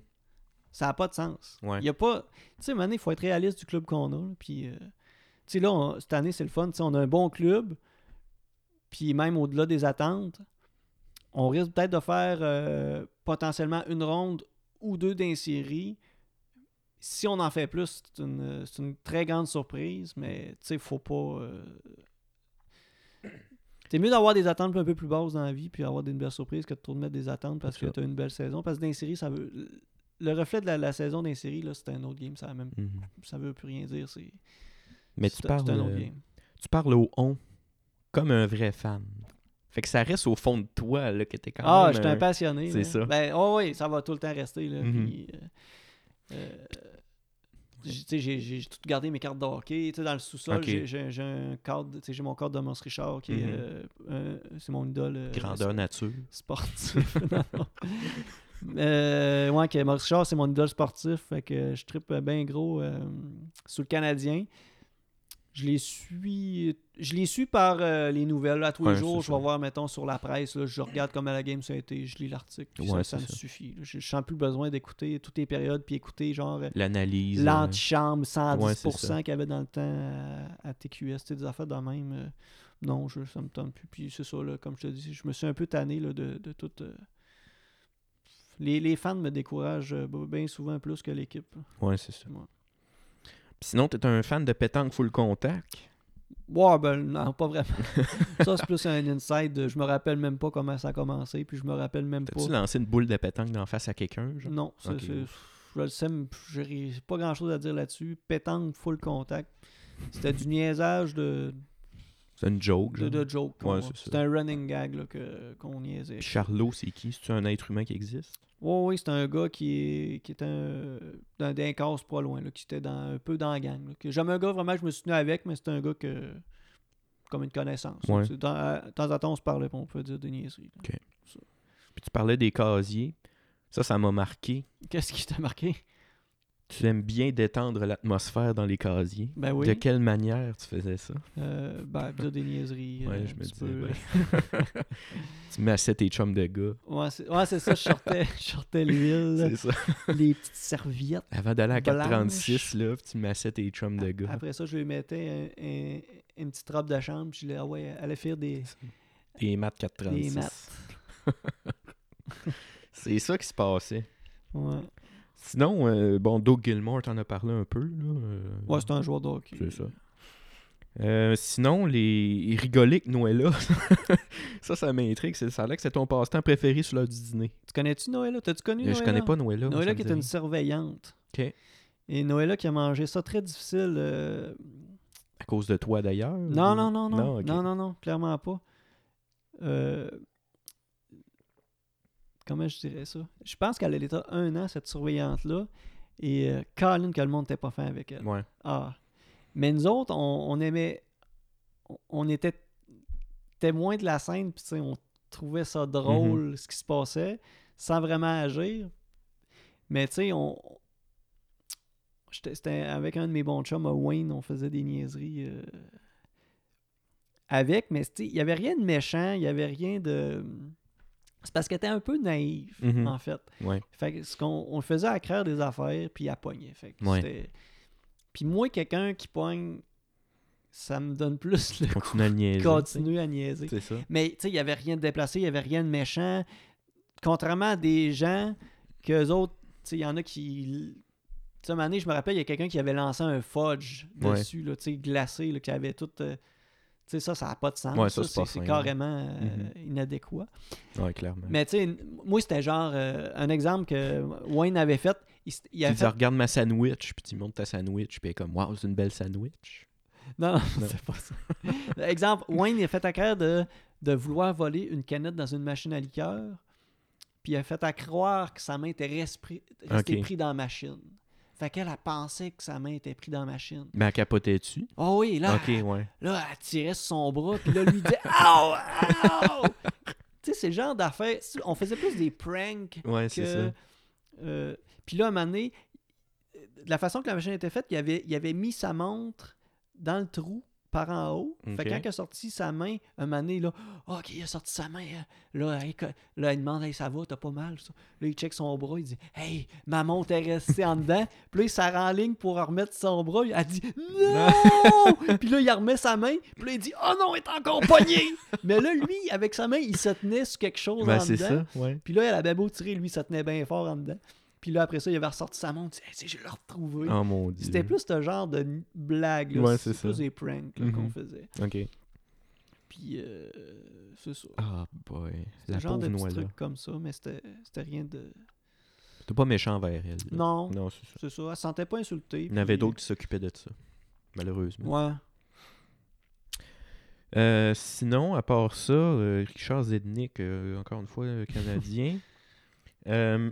Ça n'a pas de sens.
Ouais.
Il y a pas. Tu sais, maintenant, il faut être réaliste du club qu'on a. là, Puis, euh, tu sais, là, on- cette année, c'est le fun. Tu sais, on a un bon club. Puis, même au-delà des attentes, on risque peut-être de faire euh, potentiellement une ronde ou deux d'inséries. Si on en fait plus, c'est une, c'est une très grande surprise, mais tu sais, faut pas. euh, C'est mieux d'avoir des attentes un peu plus basses dans la vie, puis avoir des belles surprises que de trop de mettre des attentes parce
C'est
que
ça.
tu as une belle saison. Parce que d'insérie, ça veut. Le reflet de la, la saison d'insérie, là, c'est un autre game, ça a même
Mhm.
ça veut plus rien dire. C'est,
Mais
c'est-
tu
c'est
parles,
un autre
euh,
game.
tu parles au on comme un vrai fan. Fait que ça reste au fond de toi, là, que t'es quand
Ah,
même. euh,
j'étais un passionné.
c'est
là.
ça.
Ben, oh oui, ça va tout le temps rester. Là,
Mhm.
puis, euh, euh, j'ai- tu sais, j'ai, j'ai- j'ai tout gardé mes cartes de hockey. Tu sais, dans le sous-sol,
Ok.
j'ai, j'ai- j'ai un cadre, tu sais, j'ai mon cadre de Mons Richard qui est,
Mhm.
euh, un- c'est mon idole. euh,
Grandeur nature.
sportif. Non, non. Euh, ouais, que Maurice Richard, c'est mon idole sportif. Fait que je trippe bien gros euh, sur le Canadien. Je les suis. Je les suis par euh, les nouvelles. là, à tous les
Ouais,
jours,
c'est
je vais
ça.
voir, mettons, sur la presse. là, je regarde comment la game ça a été. Je lis l'article. puis
Ouais,
ça, ça
c'est
me
ça.
suffit. là. Je, je sens plus le besoin d'écouter toutes les périodes puis écouter genre euh,
L'analyse. euh,
l'antichambre 110%
Ouais, c'est ça.
qu'il y avait dans le temps à, à TQS, tu sais, des affaires de même. euh, non, je, ça me tente plus. Puis c'est ça, là, comme je te dis, je me suis un peu tanné là, de, de tout. euh, les, les fans me découragent euh, bien souvent plus que l'équipe. là.
Ouais, c'est ça.
Ouais.
Puis sinon, t'es un fan de pétanque full contact.
Ouais, ben non, pas vraiment. ça, c'est plus un inside. de- Je me rappelle même pas comment ça a commencé, puis je me rappelle même pas.
T'as-tu lancé une boule de pétanque d'en face à quelqu'un? genre?
Non, c'est-
Ok.
c'est- je le sais, mais j'ai j'ai pas grand chose à dire là-dessus. Pétanque, full contact. C'était du niaisage de,
C'est une joke.
de,
Genre.
de joke. qu'on-
Ouais, c'est ça.
c'est un running gag là, que, qu'on niaisait.
Puis Charlot, c'est qui? C'est-tu un être humain qui existe?
Oui, oui, c'est un gars qui est, qui est un, d'un décasse pas loin, là, qui était dans, un peu dans la gang. là. Que Jamais un gars vraiment que je me suis tenu avec, mais c'est un gars que comme une connaissance. là,
Ouais.
tu sais, dans- à- de temps en temps, on se parlait, puis on peut dire des niaiseries. là.
Puis tu parlais des casiers. Ça, ça m'a marqué.
Qu'est-ce qui t'a marqué?
Tu aimes bien détendre l'atmosphère dans les casiers.
Ben oui.
De quelle manière tu faisais ça?
Euh, ben, dire des niaiseries.
Ouais,
euh,
je
un
me
petit
disais,
peu,
ben. Tu massais tes chums de gars.
Ouais, c'est, ouais, c'est ça, je sortais, je sortais l'huile,
C'est ça.
les petites serviettes.
Avant d'aller à
Blanche.
436, là, puis tu massais tes chums de gars.
Après ça, je lui mettais un- un- une petite robe de chambre, puis je lui ah ouais, allez faire des,
Des maths
des
436.
maths.
C'est ça qui se passait.
Ouais,
Sinon, euh, bon, Doug Gilmore, t'en as parlé un peu, là. euh,
ouais c'est un joueur de hockey.
C'est ça. Euh, sinon, les rigoler que Noëlla, ça, ça m'intrigue. c'est- Ça a l'air que c'est ton passe-temps préféré sur l'heure du dîner.
Tu connais-tu Noëlla? T'as-tu connu
Euh,
Noëlla?
je connais pas Noëlla. moi,
Noëlla
ça
qui
me
est
dit
une
rien.
surveillante.
OK.
Et Noëlla qui a mangé ça très difficile. euh,
À cause de toi d'ailleurs?
Non,
ou-
non, non, non. Non,
ok.
non, non, clairement pas. Euh, Comment je dirais ça? Je pense qu'elle était un an, cette surveillante-là. Et euh, Colin, que le monde n'était pas fin avec elle.
Ouais.
Ah. Mais nous autres, on, on aimait. on- On était témoins de la scène, puis tu sais, on trouvait ça drôle, ce qui se passait, sans vraiment agir. Mais tu sais, on. j'étais- C'était avec un de mes bons chums, à Wayne, on faisait des niaiseries euh, avec, mais tu sais, il n'y avait rien de méchant, il n'y avait rien de. C'est parce qu'elle était un peu naïve,
Mhm.
en fait.
Ouais.
Fait que ce qu'on on le faisait à craindre des affaires, puis à pogner. Fait que
Ouais.
c'était- Puis moi, quelqu'un qui pogne, ça me donne plus le coup
Continue à le
de
niaiser.
continuer à niaiser.
C'est ça.
Mais tu sais, il n'y avait rien de déplacé, il n'y avait rien de méchant. Contrairement à des gens qu'eux autres, tu sais, il y en a qui. Tu sais, à un moment donné, je me rappelle, il y a quelqu'un qui avait lancé un fudge
Ouais.
dessus, là, tu sais, glacé, là, qui avait tout. euh, Tu sais, ça, ça n'a pas de sens.
Ouais, ça, c'est pas
c'est
fin, Mm-hmm.
carrément euh, inadéquat.
Ouais, clairement.
Mais tu sais, n- moi, c'était genre euh, un exemple que Wayne avait fait. Il, s- il
tu
avait
dis,
fait...
regarde ma sandwich, puis tu montes ta sandwich, puis elle est comme, waouh, c'est une belle sandwich.
Non, non,
Non.
c'est pas ça. exemple, Wayne, il a fait à cœur de, de vouloir voler une canette dans une machine à liqueur. Puis il a fait à croire que sa main était respré- restée
Ok.
prise dans la machine. Fait qu'elle, elle pensait que sa main était prise dans la machine.
Mais elle capotait dessus.
Oh oui, là,
Ok, ouais.
Là, elle tirait sur son bras, puis là, lui disait « Ow! Ow! » Tu sais, c'est le genre d'affaires... On faisait plus des pranks
Ouais, c'est
que,
ça.
euh, puis là, à un moment donné, de la façon que la machine était faite, il avait, il avait mis sa montre dans le trou par en haut. Fait
Ok.
que quand il a sorti sa main, un moment donné, là, Ah, OK, il a sorti sa main. euh, Là, hey, co- là, il demande, hey, ça va, t'as pas mal, ça. Là, il check son bras, il dit, hey, ma montre est restée en dedans. Puis là, il s'arrête en ligne pour remettre son bras. Elle dit, non! puis là, il remet sa main. Puis là, il dit, oh non, elle est encore pognée! Mais là, lui, avec sa main, il se tenait sur quelque chose
Ben,
en
c'est
dedans.
ça, ouais.
Puis là, elle avait beau tirer, lui, ça tenait bien fort en dedans. Puis là, après ça, il avait ressorti sa montre, il dit, Hey, c'est- je l'ai retrouvé.
Oh mon dieu.
C'était plus ce genre de n- blague, là.
Ouais,
c'est
c'est ça.
plus des pranks là,
Mhm.
qu'on faisait.
Ok.
Puis, euh, c'est ça.
Ah, boy.
C'est
La
un genre
pauvre
de petits
noix là.
trucs comme ça, mais c'était c'était rien de.
T'es pas méchant envers elle. là.
Non,
Non, c'est ça.
c'est ça. Elle se sentait pas insultée.
Il y en avait
puis-
d'autres qui s'occupaient de ça. Malheureusement.
Ouais.
Euh, sinon, à part ça, euh, Richard Zednik, euh, encore une fois, euh, canadien. Euh,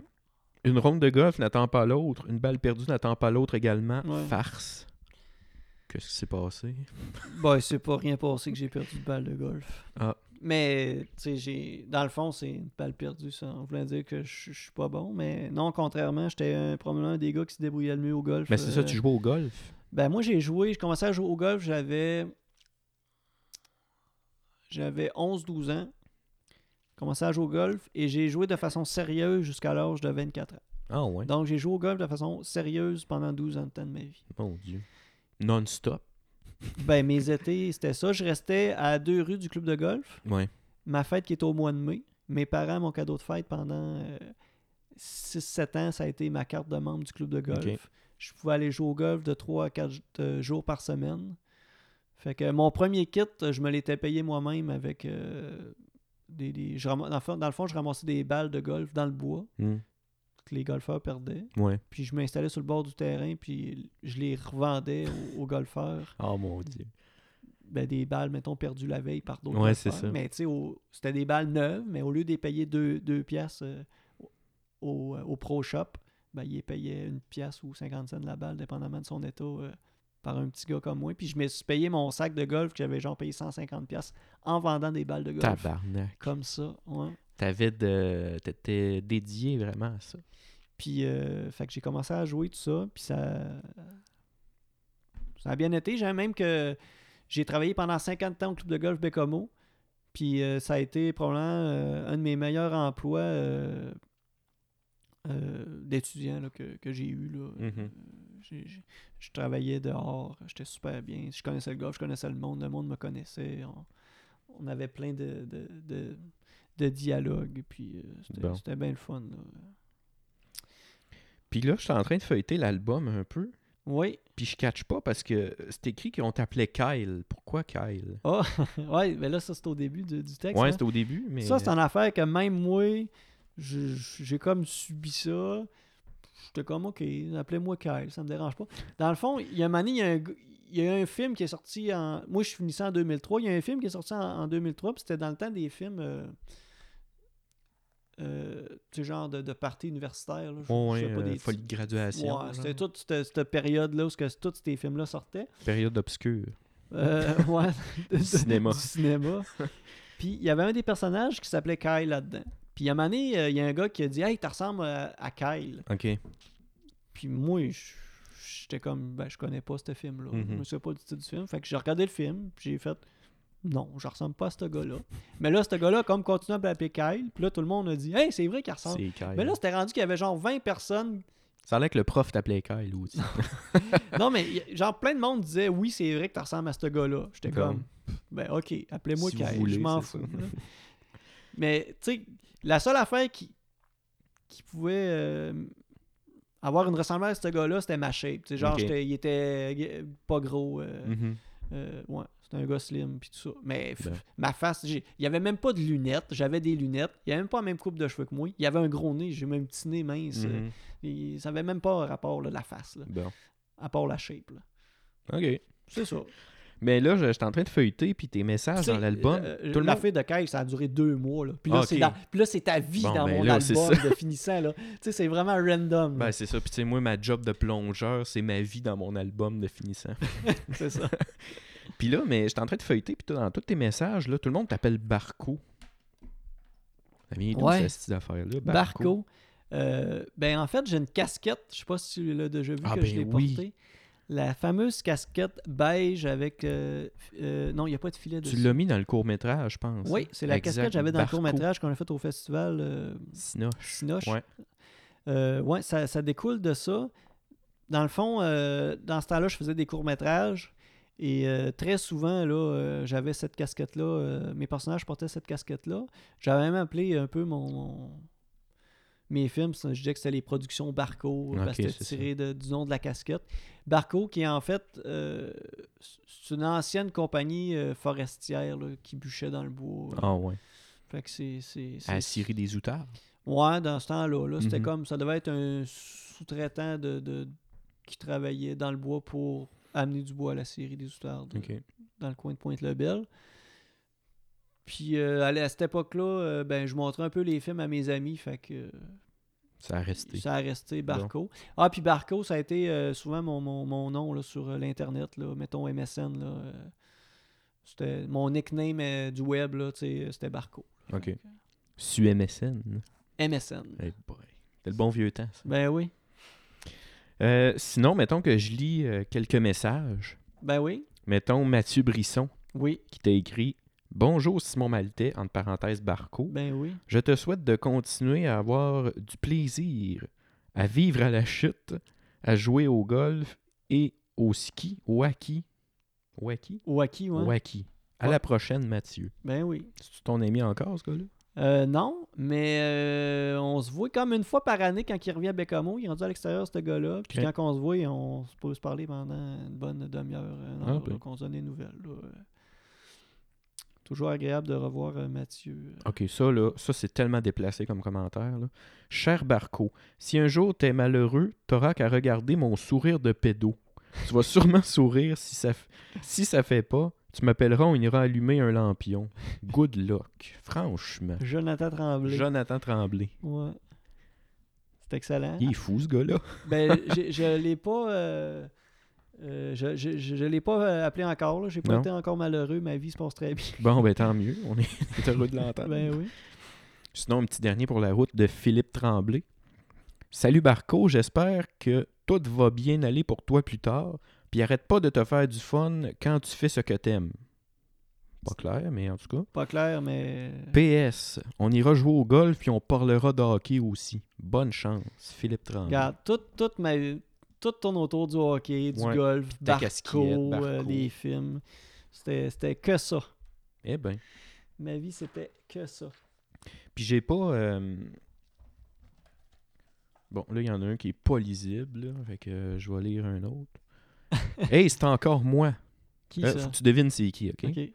une ronde de golf n'attend pas l'autre. Une balle perdue n'attend pas l'autre également.
Ouais.
Farce. Qu'est-ce qui s'est passé?
Ben, c'est pas rien passé que j'ai perdu de balle de golf.
Ah.
Mais, tu sais, j'ai. Dans le fond, c'est une balle perdue, ça. On voulait dire que je je suis pas bon, mais non, contrairement, j'étais un- probablement un des gars qui se débrouillait le mieux au golf.
Mais c'est ça,
euh,
tu joues au golf?
Ben, moi, j'ai joué. Je commençais à jouer au golf, j'avais. J'avais 11-12 ans. J'ai commencé à jouer au golf et j'ai joué de façon sérieuse jusqu'à l'âge de 24 ans.
Ah ouais,
Donc, j'ai joué au golf de façon sérieuse pendant 12 ans de temps de ma vie.
mon Dieu. Non-stop?
Ben, mes étés, c'était ça. Je restais à deux rues du club de golf.
Ouais.
ma fête qui est au mois de mai. Mes parents, mon cadeau de fête pendant 6-7 ans, ça a été ma carte de membre du club de golf.
Ok.
Je pouvais aller jouer au golf de 3 à 4 jours par semaine. Fait que mon premier kit, je me l'étais payé moi-même avec euh, des. des- je ram- dans, le fond- dans le fond, je ramassais des balles de golf dans le bois
Hmm.
que les golfeurs perdaient.
Ouais.
Puis je m'installais sur le bord du terrain, puis je les revendais aux- aux golfeurs
Ah mon Dieu.
ben, des balles, mettons, perdues la veille par d'autres.
Ouais,
affaires.
c'est ça.
Mais tu sais, au- c'était des balles neuves, mais au lieu de les payer deux, deux piastres euh, au, euh, au Pro Shop, ben, il les payait une pièce ou 50 cents la balle, dépendamment de son état, euh, par un petit gars comme moi. Puis je me suis payé mon sac de golf que j'avais genre payé 150 pièces en vendant des balles de golf.
Tabarnak.
Comme ça, ouais.
T'avais de... T'étais dédié vraiment à ça.
Puis, euh, fait que j'ai commencé à jouer tout ça, puis ça... Ça a bien été. J'ai même que j'ai travaillé pendant 50 ans au club de golf Bécomo, puis euh, ça a été probablement euh, un de mes meilleurs emplois euh, euh, d'étudiant là, que, que j'ai eu. Là. Euh,
Mhm.
J'ai- j'ai- je travaillais dehors, j'étais super bien. Je connaissais le golf, je connaissais le monde, le monde me connaissait. On, on avait plein de, de, de- de dialogues, puis euh, c'était,
Bon.
c'était bien le fun. là.
Puis là, je suis en train de feuilleter l'album un peu.
Oui,
Puis je catch pas parce que c'est écrit qu'on t'appelait Kyle. Pourquoi Kyle?
Ah, ouais, mais là, ça, c'est au début du, du texte.
Ouais,
hein.
c'était au début, mais.
Ça, c'est une affaire que même moi, je- j'ai comme subi ça. j'étais comme, OK, appelez-moi Kyle, ça me dérange pas. Dans le fond, il y a un moment donné, il y a un, g- il y a un film qui est sorti en. Moi, je finissais en 2003. Il y a un film qui est sorti en, en 2003, puis c'était dans le temps des films. euh, euh, tu sais, genre de, de parties universitaires. là, je-
Bon,
je sais
ouais,
pas,
euh,
des-
folie de graduation.
Ouais,
là.
c'était toute cette, cette période-là où ce que tous ces films-là sortaient.
Période obscure.
Euh, ouais, de- de-
cinéma.
du cinéma. Puis il y avait un des personnages qui s'appelait Kyle là-dedans. Puis à un moment donné, euh, il y a un gars qui a dit Hey, tu ressembles euh, à, à Kyle.
OK.
Puis moi, je- j'étais comme Ben, je connais pas ce film-là.
Mhm.
Je me souviens pas du titre du film. Fait que j'ai regardé le film, puis j'ai fait Non, je ressemble pas à ce gars-là. Mais là, ce gars-là, comme continue à m'appeler Kyle, puis là, tout le monde a dit Hey, c'est vrai qu'il ressemble.
C'est Kyle.
Mais là, c'était rendu qu'il y avait genre 20 personnes
Ça a l'air que le prof t'appelait Kyle aussi.
Non, mais y- genre, plein de monde disait Oui, c'est vrai que tu ressembles à ce gars-là. J'étais comme,
Comme.
Ben, OK, appelez-moi
Si vous
Kyle,
voulez,
je m'en
c'est
fous.
ça.
là. mais, tu sais, la seule affaire qui, qui pouvait euh, avoir une ressemblance à ce gars-là, c'était ma shape. Tu sais, genre,
Ok.
j'étais- il était euh, pas gros. euh,
Mhm.
euh, ouais, c'était un gars slim, puis tout ça. Mais f-
Ben.
ma face, j'ai- il y avait même pas de lunettes. J'avais des lunettes. Il y avait même pas la même coupe de cheveux que moi. Il y avait un gros nez. J'ai même un petit nez mince.
Mhm.
Il- ça avait même pas rapport, là, la face, là,
Bon.
à part la shape. là.
OK.
C'est ça.
Mais là, je, je suis en train de feuilleter, puis tes messages Ah, dans l'album. tout le
euh, la
monde-
fille de Kyle, ça a duré deux mois. Là. Puis, là,
Ah,
c'est
ok.
dans- puis là, c'est ta vie
Bon,
dans
ben
mon
là, c'est
album de finissant. là. Tu sais, c'est vraiment random. là.
Ben, c'est ça. Puis, tu sais, moi, ma job de plongeur, c'est ma vie dans mon album de finissant.
c'est ça.
puis là, mais j'étais en train de feuilleter, puis tout- dans tous tes messages, là, tout le monde t'appelle Barco. Ça vient d'où,
Ouais.
cette petite affaire-là?
Barco. Euh, ben, en fait, j'ai une casquette. Je sais pas si tu l'as déjà vu
Ah,
que
ben
je l'ai
oui.
portée. La fameuse casquette beige avec. euh, euh, non, il n'y a pas de filet
Tu
dessus.
l'as mis dans le court-métrage, je pense. hein?
Oui, c'est la
Exact,
casquette que j'avais dans
Barco.
le court-métrage qu'on a fait au festival euh,
Sinoche.
Sinoche.
Ouais.
Euh, ouais, ça, ça découle de ça. Dans le fond, euh, dans ce temps-là, je faisais des courts-métrages. Et euh, très souvent, là, euh, j'avais cette casquette-là. euh, mes personnages portaient cette casquette-là. J'avais même appelé un peu mon. mon- Mes films, c'est- je disais que c'était les productions Barco, parce que
Ok,
c'était
c'est
tiré de- du nom de la casquette. Barco, qui est en fait euh, c'est une ancienne compagnie euh, forestière là, qui bûchait dans le bois.
Ah, ouais.
Fait que c'est- c'est-
À la
c'est-
Syrie des Outards.
Ouais, dans ce temps-là. là, c'était
Mhm.
comme ça devait être un sous-traitant de, de- qui travaillait dans le bois pour amener du bois à la série des outards de-
OK.
dans le coin de Pointe-le-Belle. Puis euh, à, la- à cette époque-là, euh, ben, je montrais un peu les films à mes amis, fait que euh,
Ça a resté.
ça a resté Barco. Ah, puis Barco, ça a été euh, souvent mon, mon- mon nom là, sur euh, l'Internet, là, mettons MSN. là, euh, c'était mon nickname euh, du web, là, tu sais, euh, c'était Barco.
OK. Su MSN.
MSN.
Eh boy. C'était le bon vieux temps, ça.
Ben oui.
Euh, sinon, mettons que je lis euh, quelques messages.
Ben oui.
Mettons Mathieu Brisson
Oui.
qui t'a écrit Bonjour Simon Maltais, entre parenthèses Barco.
Ben oui.
Je te souhaite de continuer à avoir du plaisir, à vivre à la chute, à jouer au golf et au ski, au hockey. Au hockey?
Wacky, ouais.
Au hockey. À
Ouais.
la prochaine, Mathieu.
Ben oui.
C'est-tu ton ami encore, ce gars-là?
Euh, non, mais euh, on se voit comme une fois par année quand il revient à Bécamo. Il est rendu à l'extérieur, ce gars-là. Puis
Ok.
quand on se voit, on se peut se parler pendant une bonne demi-heure. une
Ah,
heure,
ben.
là, qu'on se donne des nouvelles. là. Euh, Toujours agréable de revoir euh, Mathieu.
Ok, ça, là, ça, c'est tellement déplacé comme commentaire. là. Cher Barco, si un jour t'es malheureux, t'auras qu'à regarder mon sourire de pédo. Tu vas sûrement sourire si ça, f- si ça fait pas. Tu m'appelleras, on ira allumer un lampion. Good luck. Franchement.
Jonathan Tremblay.
Jonathan Tremblay.
Ouais. C'est excellent.
Il est fou, ce gars-là.
ben, j'ai- je l'ai pas. euh, euh, je je, je- je l'ai pas euh, appelé encore. là. J'ai pas
Non.
été encore malheureux. Ma vie se passe très bien.
Bon, ben tant mieux. On est heureux de l'entendre.
ben oui.
Sinon, un petit dernier pour la route de Philippe Tremblay. Salut Barco, j'espère que tout va bien aller pour toi plus tard. Puis arrête pas de te faire du fun quand tu fais ce que t'aimes. Pas clair, mais en tout cas.
Pas clair, mais.
PS, on ira jouer au golf puis on parlera de hockey aussi. Bonne chance, Philippe Tremblay.
Regarde, tout, toute ma, tout tourne autour du hockey, du
Ouais,
golf,
ta
Barco,
casquette, Barco.
euh, les films. C'était c'était que ça.
Eh ben.
Ma vie, c'était que ça.
Puis j'ai pas. euh, Bon, là, il y en a un qui est pas lisible, là, fait que euh, je vais lire un autre. hey, c'est encore moi.
Qui
Euh,
ça?
faut que tu devines c'est qui, ok?
Ok.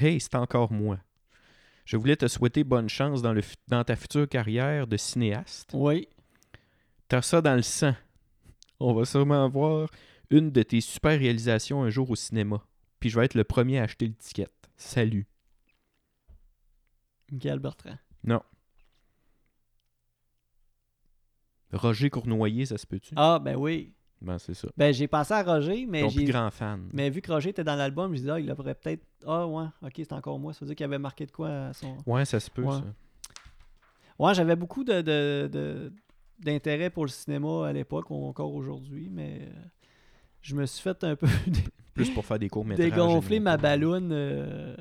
Hey, c'est encore moi. Je voulais te souhaiter bonne chance dans, le fu- dans ta future carrière de cinéaste.
Oui.
T'as ça dans le sang. On va sûrement avoir une de tes super réalisations un jour au cinéma. Puis je vais être le premier à acheter l'étiquette. Salut.
Michael Bertrand.
Roger Cournoyer, ça se peut-tu?
Ah, ben oui.
Ben, c'est ça.
Ben, j'ai pensé à Roger, mais
Ton plus
j'ai.
grand fan.
Mais vu que Roger était dans l'album, je disais, ah, il aurait peut-être. Ah, ouais, ok, c'est encore moi. Ça veut dire qu'il avait marqué de quoi à son.
Ouais, ça se peut,
Ouais.
ça.
Ouais, j'avais beaucoup de, de- de- d'intérêt pour le cinéma à l'époque, ou encore aujourd'hui, mais euh, je me suis fait un peu dé-
Plus pour faire des courts-métrages.
dégonfler ma
animés.
balloune euh,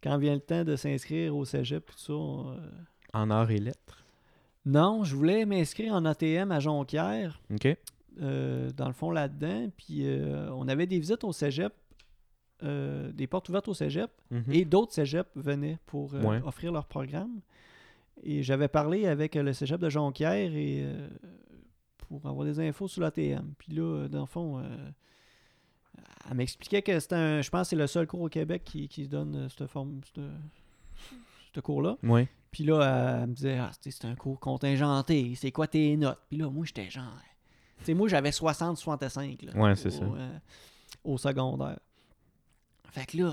quand vient le temps de s'inscrire au cégep. Puis tout ça, on, euh.
En arts et lettres.
Non, je voulais m'inscrire en ATM à Jonquière.
OK.
euh, dans le fond là-dedans. Puis euh, on avait des visites au cégep, euh, des portes ouvertes au cégep,
Mhm.
et d'autres cégeps venaient pour euh,
Ouais.
offrir leur programme. Et j'avais parlé avec euh, le cégep de Jonquière et, euh, pour avoir des infos sur l'ATM. Puis là, euh, dans le fond, euh, elle m'expliquait que c'était un. Je pense que c'est le seul cours au Québec qui, qui donne euh, cette forme. cette- ce cours-là.
Ouais.
Puis là, elle, elle me disait, ah, tu sais, c'est un cours contingenté, c'est quoi tes notes? Puis là, moi, j'étais genre. Tu sais, moi, j'avais 60-65. là,
Ouais, c'est
au,
ça.
euh, au secondaire. Fait que là,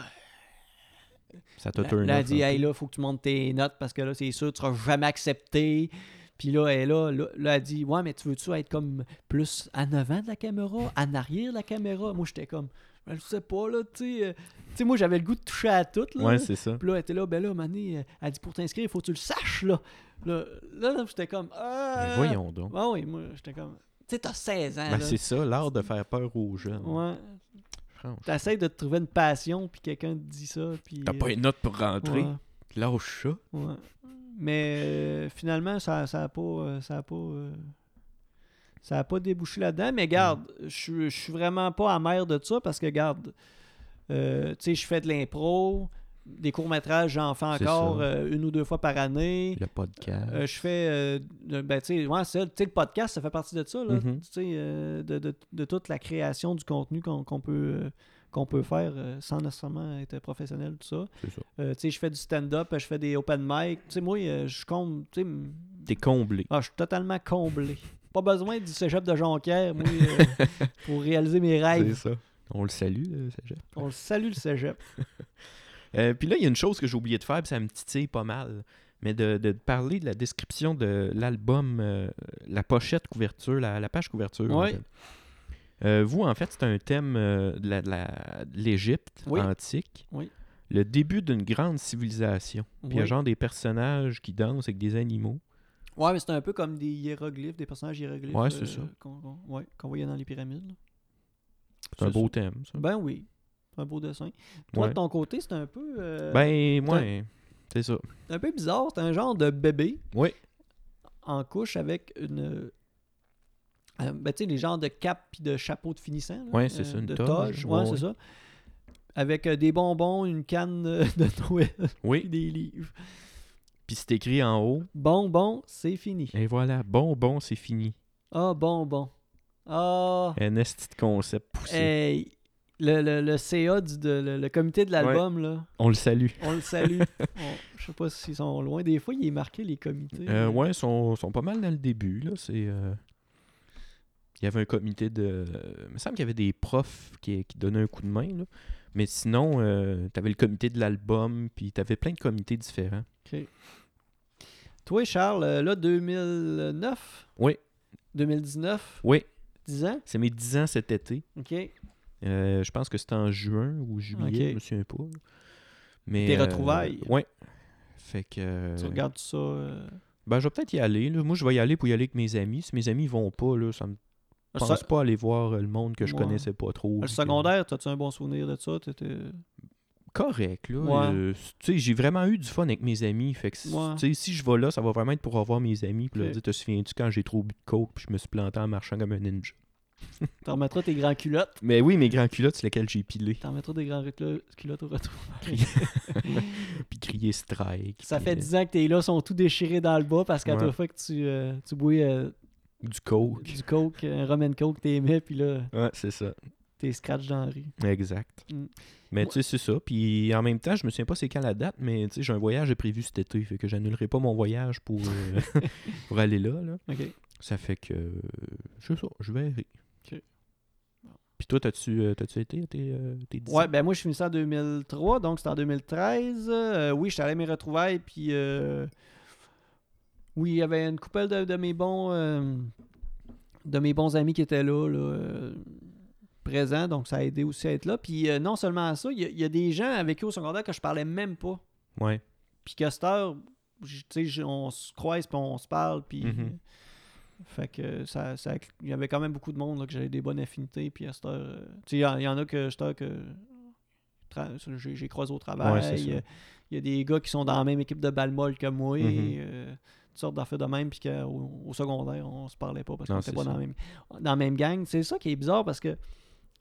Ça t'a
là,
turn
là, elle
off
dit,
un
hey,
peu.
là, faut que tu montes tes notes parce que là, c'est sûr, tu seras jamais accepté. Puis là, elle, est là, là, là, elle dit, ouais, mais tu veux-tu être comme plus en avant de la caméra, en arrière de la caméra? Moi, j'étais comme, Ben, je sais pas, là, tu sais. euh, Tu sais, moi, j'avais le goût de toucher à tout, là.
Ouais, c'est ça.
Puis là, elle était là, ben là, Mané, elle dit pour t'inscrire, il faut que tu le saches, là. Là, là, là, j'étais comme. Ah!
Mais voyons donc.
Ah oui, moi, j'étais comme. Tu sais, t'as 16 ans.
Ben,
euh, là.
c'est ça, l'art de faire peur aux jeunes.
Ouais.
Franchement.
T'essayes de te trouver une passion, puis quelqu'un te dit ça. Puis,
T'as pas
euh,
une note pour rentrer.
ouais,
Lâche ça.
ouais. Mais euh, finalement, ça n'a ça a pas. euh, ça a pas euh, ça a pas débouché là-dedans, mais garde,
Mm.
je suis- je suis vraiment pas amer de ça parce que, garde, euh, tu sais, je fais de l'impro, des courts-métrages, j'en fais
C'est
encore
ça.
euh, une ou deux fois par année.
Le podcast.
Euh, je fais. euh, de- ben, tu sais, ouais, c'est ça. Tu sais, le podcast, ça fait partie de ça, là.
Mhm.
Tu sais, euh, de, de- de toute la création du contenu qu'on qu'on peut. euh, qu'on peut faire euh, sans nécessairement être professionnel, tout ça.
C'est ça.
Euh, tu sais, je fais du stand-up, je fais des open mic. Tu sais, moi, euh, je compte, tu sais, m-
T'es comblé.
ah, je suis totalement comblé. Pas besoin du cégep de Jonquière, moi, euh, pour réaliser mes
C'est
rêves.
ça. Ah, On le salue, le cégep.
On le salue, le cégep.
Euh, puis là, il y a une chose que j'ai oublié de faire, puis ça me titille pas mal. Mais de, de parler de la description de l'album, euh, la pochette couverture, la, la page couverture. en
Ouais.
fait. Euh, vous, en fait, c'est un thème euh, de la- de la- de l'Égypte
Oui.
antique.
Oui.
Le début d'une grande civilisation. Puis il y a
Oui.
genre des personnages qui dansent avec des animaux.
Ouais, mais c'est un peu comme des hiéroglyphes, des personnages hiéroglyphes. euh,
Ouais, c'est ça.
Qu'on qu'on- ouais, qu'on voyait dans les pyramides. là.
C'est un
C'est
beau thème, ça.
Ben oui. C'est un beau dessin. Toi,
Ouais.
de ton côté, c'est un peu. euh,
Ben, moi, c'est ça.
c'est un peu bizarre. C'est un genre de bébé.
Oui.
En couche avec une. euh, ben, tu sais, les genres de cap puis de chapeau de finissant. là, euh,
Ouais, c'est ça, une
de
toge.
Ouais,
Ouais,
c'est
ouais.
ça. Avec euh, des bonbons, une canne euh, de Noël puis
Oui.
des livres.
Puis c'est écrit en haut.
Bonbon, c'est fini.
Et voilà, bon, bon, c'est fini.
Ah, bonbon. Ah.
Un esti de concept poussé.
hey, le, le, le CA, du, de- le, le comité de l'album, là.
On le salue.
On le salue. On- je sais pas s'ils sont loin. Des fois, il est marqué les comités.
Euh, ouais, ils sont, sont pas mal dans le début. Là. C'est, euh, Il y avait un comité de. Il me semble qu'il y avait des profs qui, qui donnaient un coup de main. là. Mais sinon, tu avais le comité de l'album, puis tu avais plein de comités différents.
Toi, Charles, euh, là, 2009.
Oui.
2019.
Oui,
10 ans.
c'est mes 10 ans cet été.
OK. Tes
Euh, je pense que c'était en juin ou juillet,
Ok.
je me souviens pas. Mais,
Des
euh,
retrouvailles.
ouais. Fait que. euh,
Tu regardes ça. euh,
Ben, je vais peut-être y aller. là. Moi, je vais y aller pour y aller avec mes amis. Si mes amis vont pas, là, ça me
le
pense
se-
pas aller voir euh, le monde que je
Ouais.
connaissais pas trop.
Le
puis que-
secondaire, as-tu un bon souvenir de ça? T'étais-
correct là
Ouais.
Euh, tu sais j'ai vraiment eu du fun avec mes amis fait que si-
Ouais.
tu sais, si je vais là ça va vraiment être pour revoir mes amis puis leur
Ok.
dire te souviens-tu quand j'ai trop bu de coke puis je me suis planté en marchant comme un ninja
T'en remettras tes grands culottes.
mais oui mes grands culottes c'est lesquels j'ai pilé
T'en remettras des grands reclo- culottes au retour.
puis crié strike
Ça
puis,
fait
euh,
10 ans que t'es là, sont tout déchirés dans le bas parce qu'à
Ouais.
chaque fois que tu, euh, tu bois euh,
du coke
du coke, un rum and coke, t'aimais, puis là,
ouais c'est ça
T'es scratch dans la rue.
Exact.
Mm.
Mais
Moi-
tu sais, c'est ça. Puis en même temps, je me souviens pas c'est quand la date, mais tu sais, j'ai un voyage de prévu cet été. Fait que j'annulerai pas mon voyage pour, euh, pour aller là, là.
OK.
Ça fait que. euh, Je sais pas, je verrai.
Ok.
Puis toi, t'as-tu euh, t'as-tu été à tes, euh, tes 10
Ouais,
ans?
ben moi, je suis venu ça en 2003, donc c'était en 2013. Euh, oui, j'étais allé à mes retrouvailles, puis... euh, Oui, il y avait une couple de, de mes bons... euh, de mes bons amis qui étaient là, là, euh, présents, donc ça a aidé aussi à être là. Puis euh, non seulement ça, il y, a- il y a des gens avec qui au secondaire que je parlais même pas.
Ouais.
Puis qu'à cette heure, j- tu sais, j- on se croise, puis on se parle, puis...
Mhm.
Fait que ça, ça- il y avait quand même beaucoup de monde là, que j'avais des bonnes affinités. Puis à cette heure, euh, tu sais, il y, en- il y en a que je que tra- j'ai j'ai croisé au travail.
Ouais, c'est ça.
euh, il y a des gars qui sont dans la même équipe de balmol que moi.
Mhm.
et, euh, toutes sortes d'affaires de même. Puis qu'au au secondaire, on se parlait pas parce qu'on
Non,
était
c'est
pas dans
ça.
la, même, dans la même gang. C'est ça qui est bizarre parce que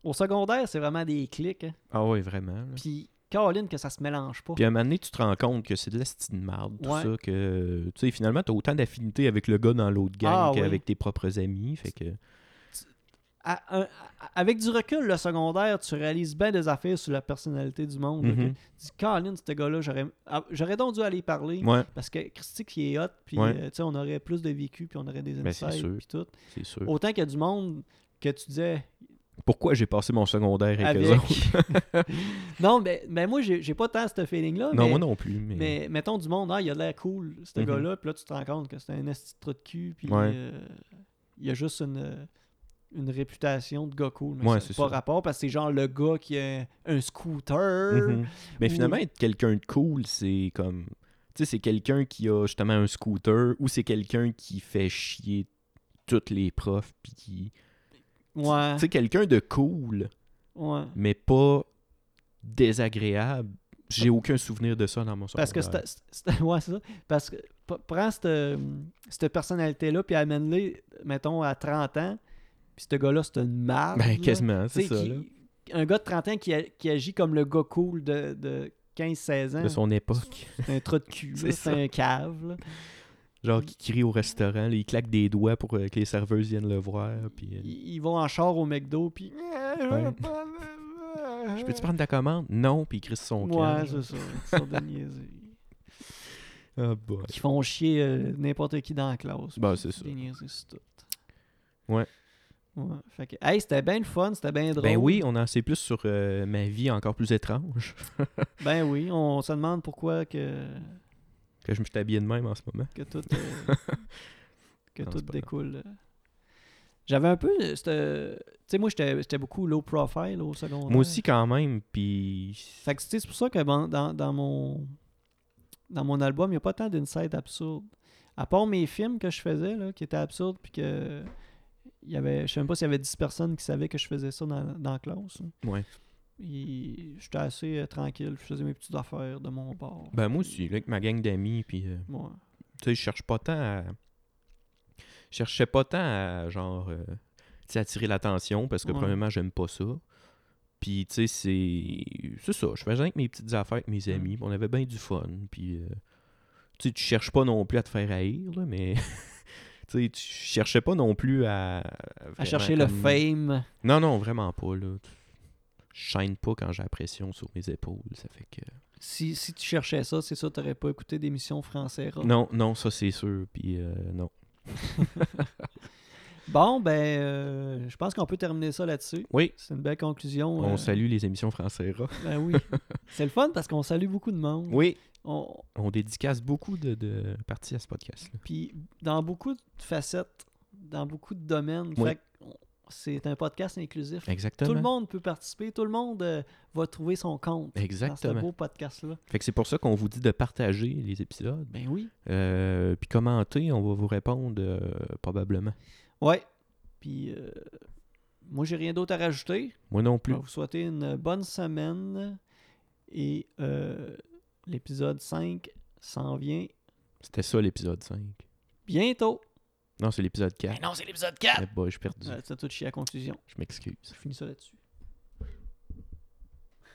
au secondaire, c'est vraiment des clics. hein.
Ah ouais, vraiment. là.
Puis Caroline, que ça se mélange pas.
Puis à un moment donné, tu te rends compte que c'est de la stine marde, tout
Ouais.
ça, que tu sais, finalement, t'as autant d'affinité avec le gars dans l'autre gang
Ah,
qu'avec
oui.
tes propres amis. Fait que.
À- un- à- avec du recul, le secondaire, tu réalises bien des affaires sur la personnalité du monde. là, que
Mhm.
dis Colin, ce gars-là, j'aurais ah, j'aurais donc dû aller y parler.
Ouais,
Parce que Christy qui est hot, puis
Ouais.
euh, tu sais, on aurait plus de vécu, puis on aurait des
Ben, c'est
insights,
sûr.
puis tout.
c'est sûr.
Autant qu'il y a du monde que tu disais
Pourquoi j'ai passé mon secondaire avec,
avec.
eux autres?
non, mais, mais moi, j'ai j'ai pas tant ce feeling-là.
Non,
mais,
moi non plus. Mais...
mais mettons du monde, ah, il a de l'air cool, ce
Mhm.
gars-là, puis là, tu te rends compte que c'est un esti de trou de cul, puis
Ouais.
euh, il y a juste une, euh, une réputation de gars cool. Mais
Ouais,
ça n'a
c'est
pas
ça.
rapport, parce que c'est genre le gars qui a un scooter.
Mhm. Mais
Ou-
finalement, être quelqu'un de cool, c'est comme. Tu sais, c'est quelqu'un qui a justement un scooter ou c'est quelqu'un qui fait chier toutes les profs. Puis qui...
Ouais.
Tu sais, quelqu'un de cool,
ouais.
mais pas désagréable. J'ai aucun souvenir de ça dans mon
Parce que
secondaire.
c'est- c'est c'est- ouais, c'est ça. Parce que p- prends cette, euh, cette personnalité-là puis amène-les, mettons, à 30 ans, puis ce gars-là, c'est une marde. là.
Ben, quasiment,
Tu
c'est
sais,
ça.
qui-
là.
Un gars de 30 ans qui, a- qui agit comme le gars cool de, de 15-16 ans,
De son époque.
c'est un trou de cul, là,
C'est
c'est
ça.
un cave. là.
Genre, qui crie au restaurant, là, il claque des doigts pour euh, que les serveuses viennent le voir. Puis, euh,
Ils, ils vont en char au McDo, puis...
Je peux-tu prendre ta commande? Non, puis il crie sur son
hein? Ouais,
camp.
c'est ça. Ils sont des niaiseux.
Ah, boy.
Qui font chier euh, n'importe qui dans la classe.
Ben,
puis
c'est ça.
des niaiseries sur tout.
Ouais.
Ouais. Fait que, hey, c'était bien le fun, c'était bien drôle.
Ben oui, on en sait plus sur euh, ma vie encore plus étrange.
Ben oui, on se demande pourquoi que,
Que je me suis habillé de même en ce moment.
que tout, euh, que
Non,
tout
c'est pas
découle. euh. J'avais un peu. euh, cette- Tu sais, moi, j'étais j'étais beaucoup low profile au secondaire.
Moi aussi, quand même, puis.
Fait que, tu sais, c'est pour ça que bon, dans, dans mon, dans mon album, il n'y a pas tant d'insights absurdes. À part mes films que je faisais, là, qui étaient absurdes, puis que. Il y avait, je sais même pas s'il y avait 10 personnes qui savaient que je faisais ça dans, dans la classe. hein.
Ouais.
Et J'étais assez euh, tranquille, je faisais mes petites affaires de mon bord.
Ben, moi
puis-
aussi, là, avec ma gang d'amis, puis. euh,
Ouais.
tu sais, je cherche pas tant à. Je cherchais pas tant à, genre. euh, tu sais, attirer l'attention, parce que,
Ouais.
premièrement, j'aime pas ça. Puis, tu sais, c'est. C'est ça. Je faisais avec mes petites affaires avec mes amis, puis on avait bien du fun, puis. euh, tu sais, tu cherches pas non plus à te faire haïr, là, mais. tu sais, tu cherchais pas non plus à.
À chercher le
fait
fame.
Non, non, vraiment pas. Là. Tu- Je chaîne pas quand j'ai la pression sur mes épaules. Ça fait que.
Si, si tu cherchais ça, c'est ça, t'aurais pas écouté d'émissions françaises.
Non, non, ça c'est sûr. Puis euh, non.
Bon, ben, euh, je pense qu'on peut terminer ça là-dessus.
Oui.
C'est une belle conclusion.
On
euh,
salue les émissions français Rock.
Ben oui. c'est le fun parce qu'on salue beaucoup de monde.
Oui.
On-
On dédicace beaucoup de, de parties à ce podcast-là.
puis dans beaucoup de facettes, dans beaucoup de domaines,
Oui.
fait que on- c'est un podcast inclusif.
Exactement.
Tout le monde peut participer, tout le monde euh, va trouver son compte dans
Exactement.
ce beau podcast-là.
Fait que c'est pour ça qu'on vous dit de partager les épisodes.
Ben oui.
Euh, puis commenter, on va vous répondre euh, probablement.
Ouais. Puis euh, moi, j'ai rien d'autre à rajouter.
Moi non
Je
plus.
vais vous souhaiter une bonne semaine et euh, l'épisode 5 s'en vient
C'était ça l'épisode 5.
bientôt.
Non, c'est l'épisode 4.
Ben non, c'est l'épisode 4!
Eh boy, je suis perdu.
euh, C'est tout chier à conclusion.
Je m'excuse.
Je finis ça là-dessus.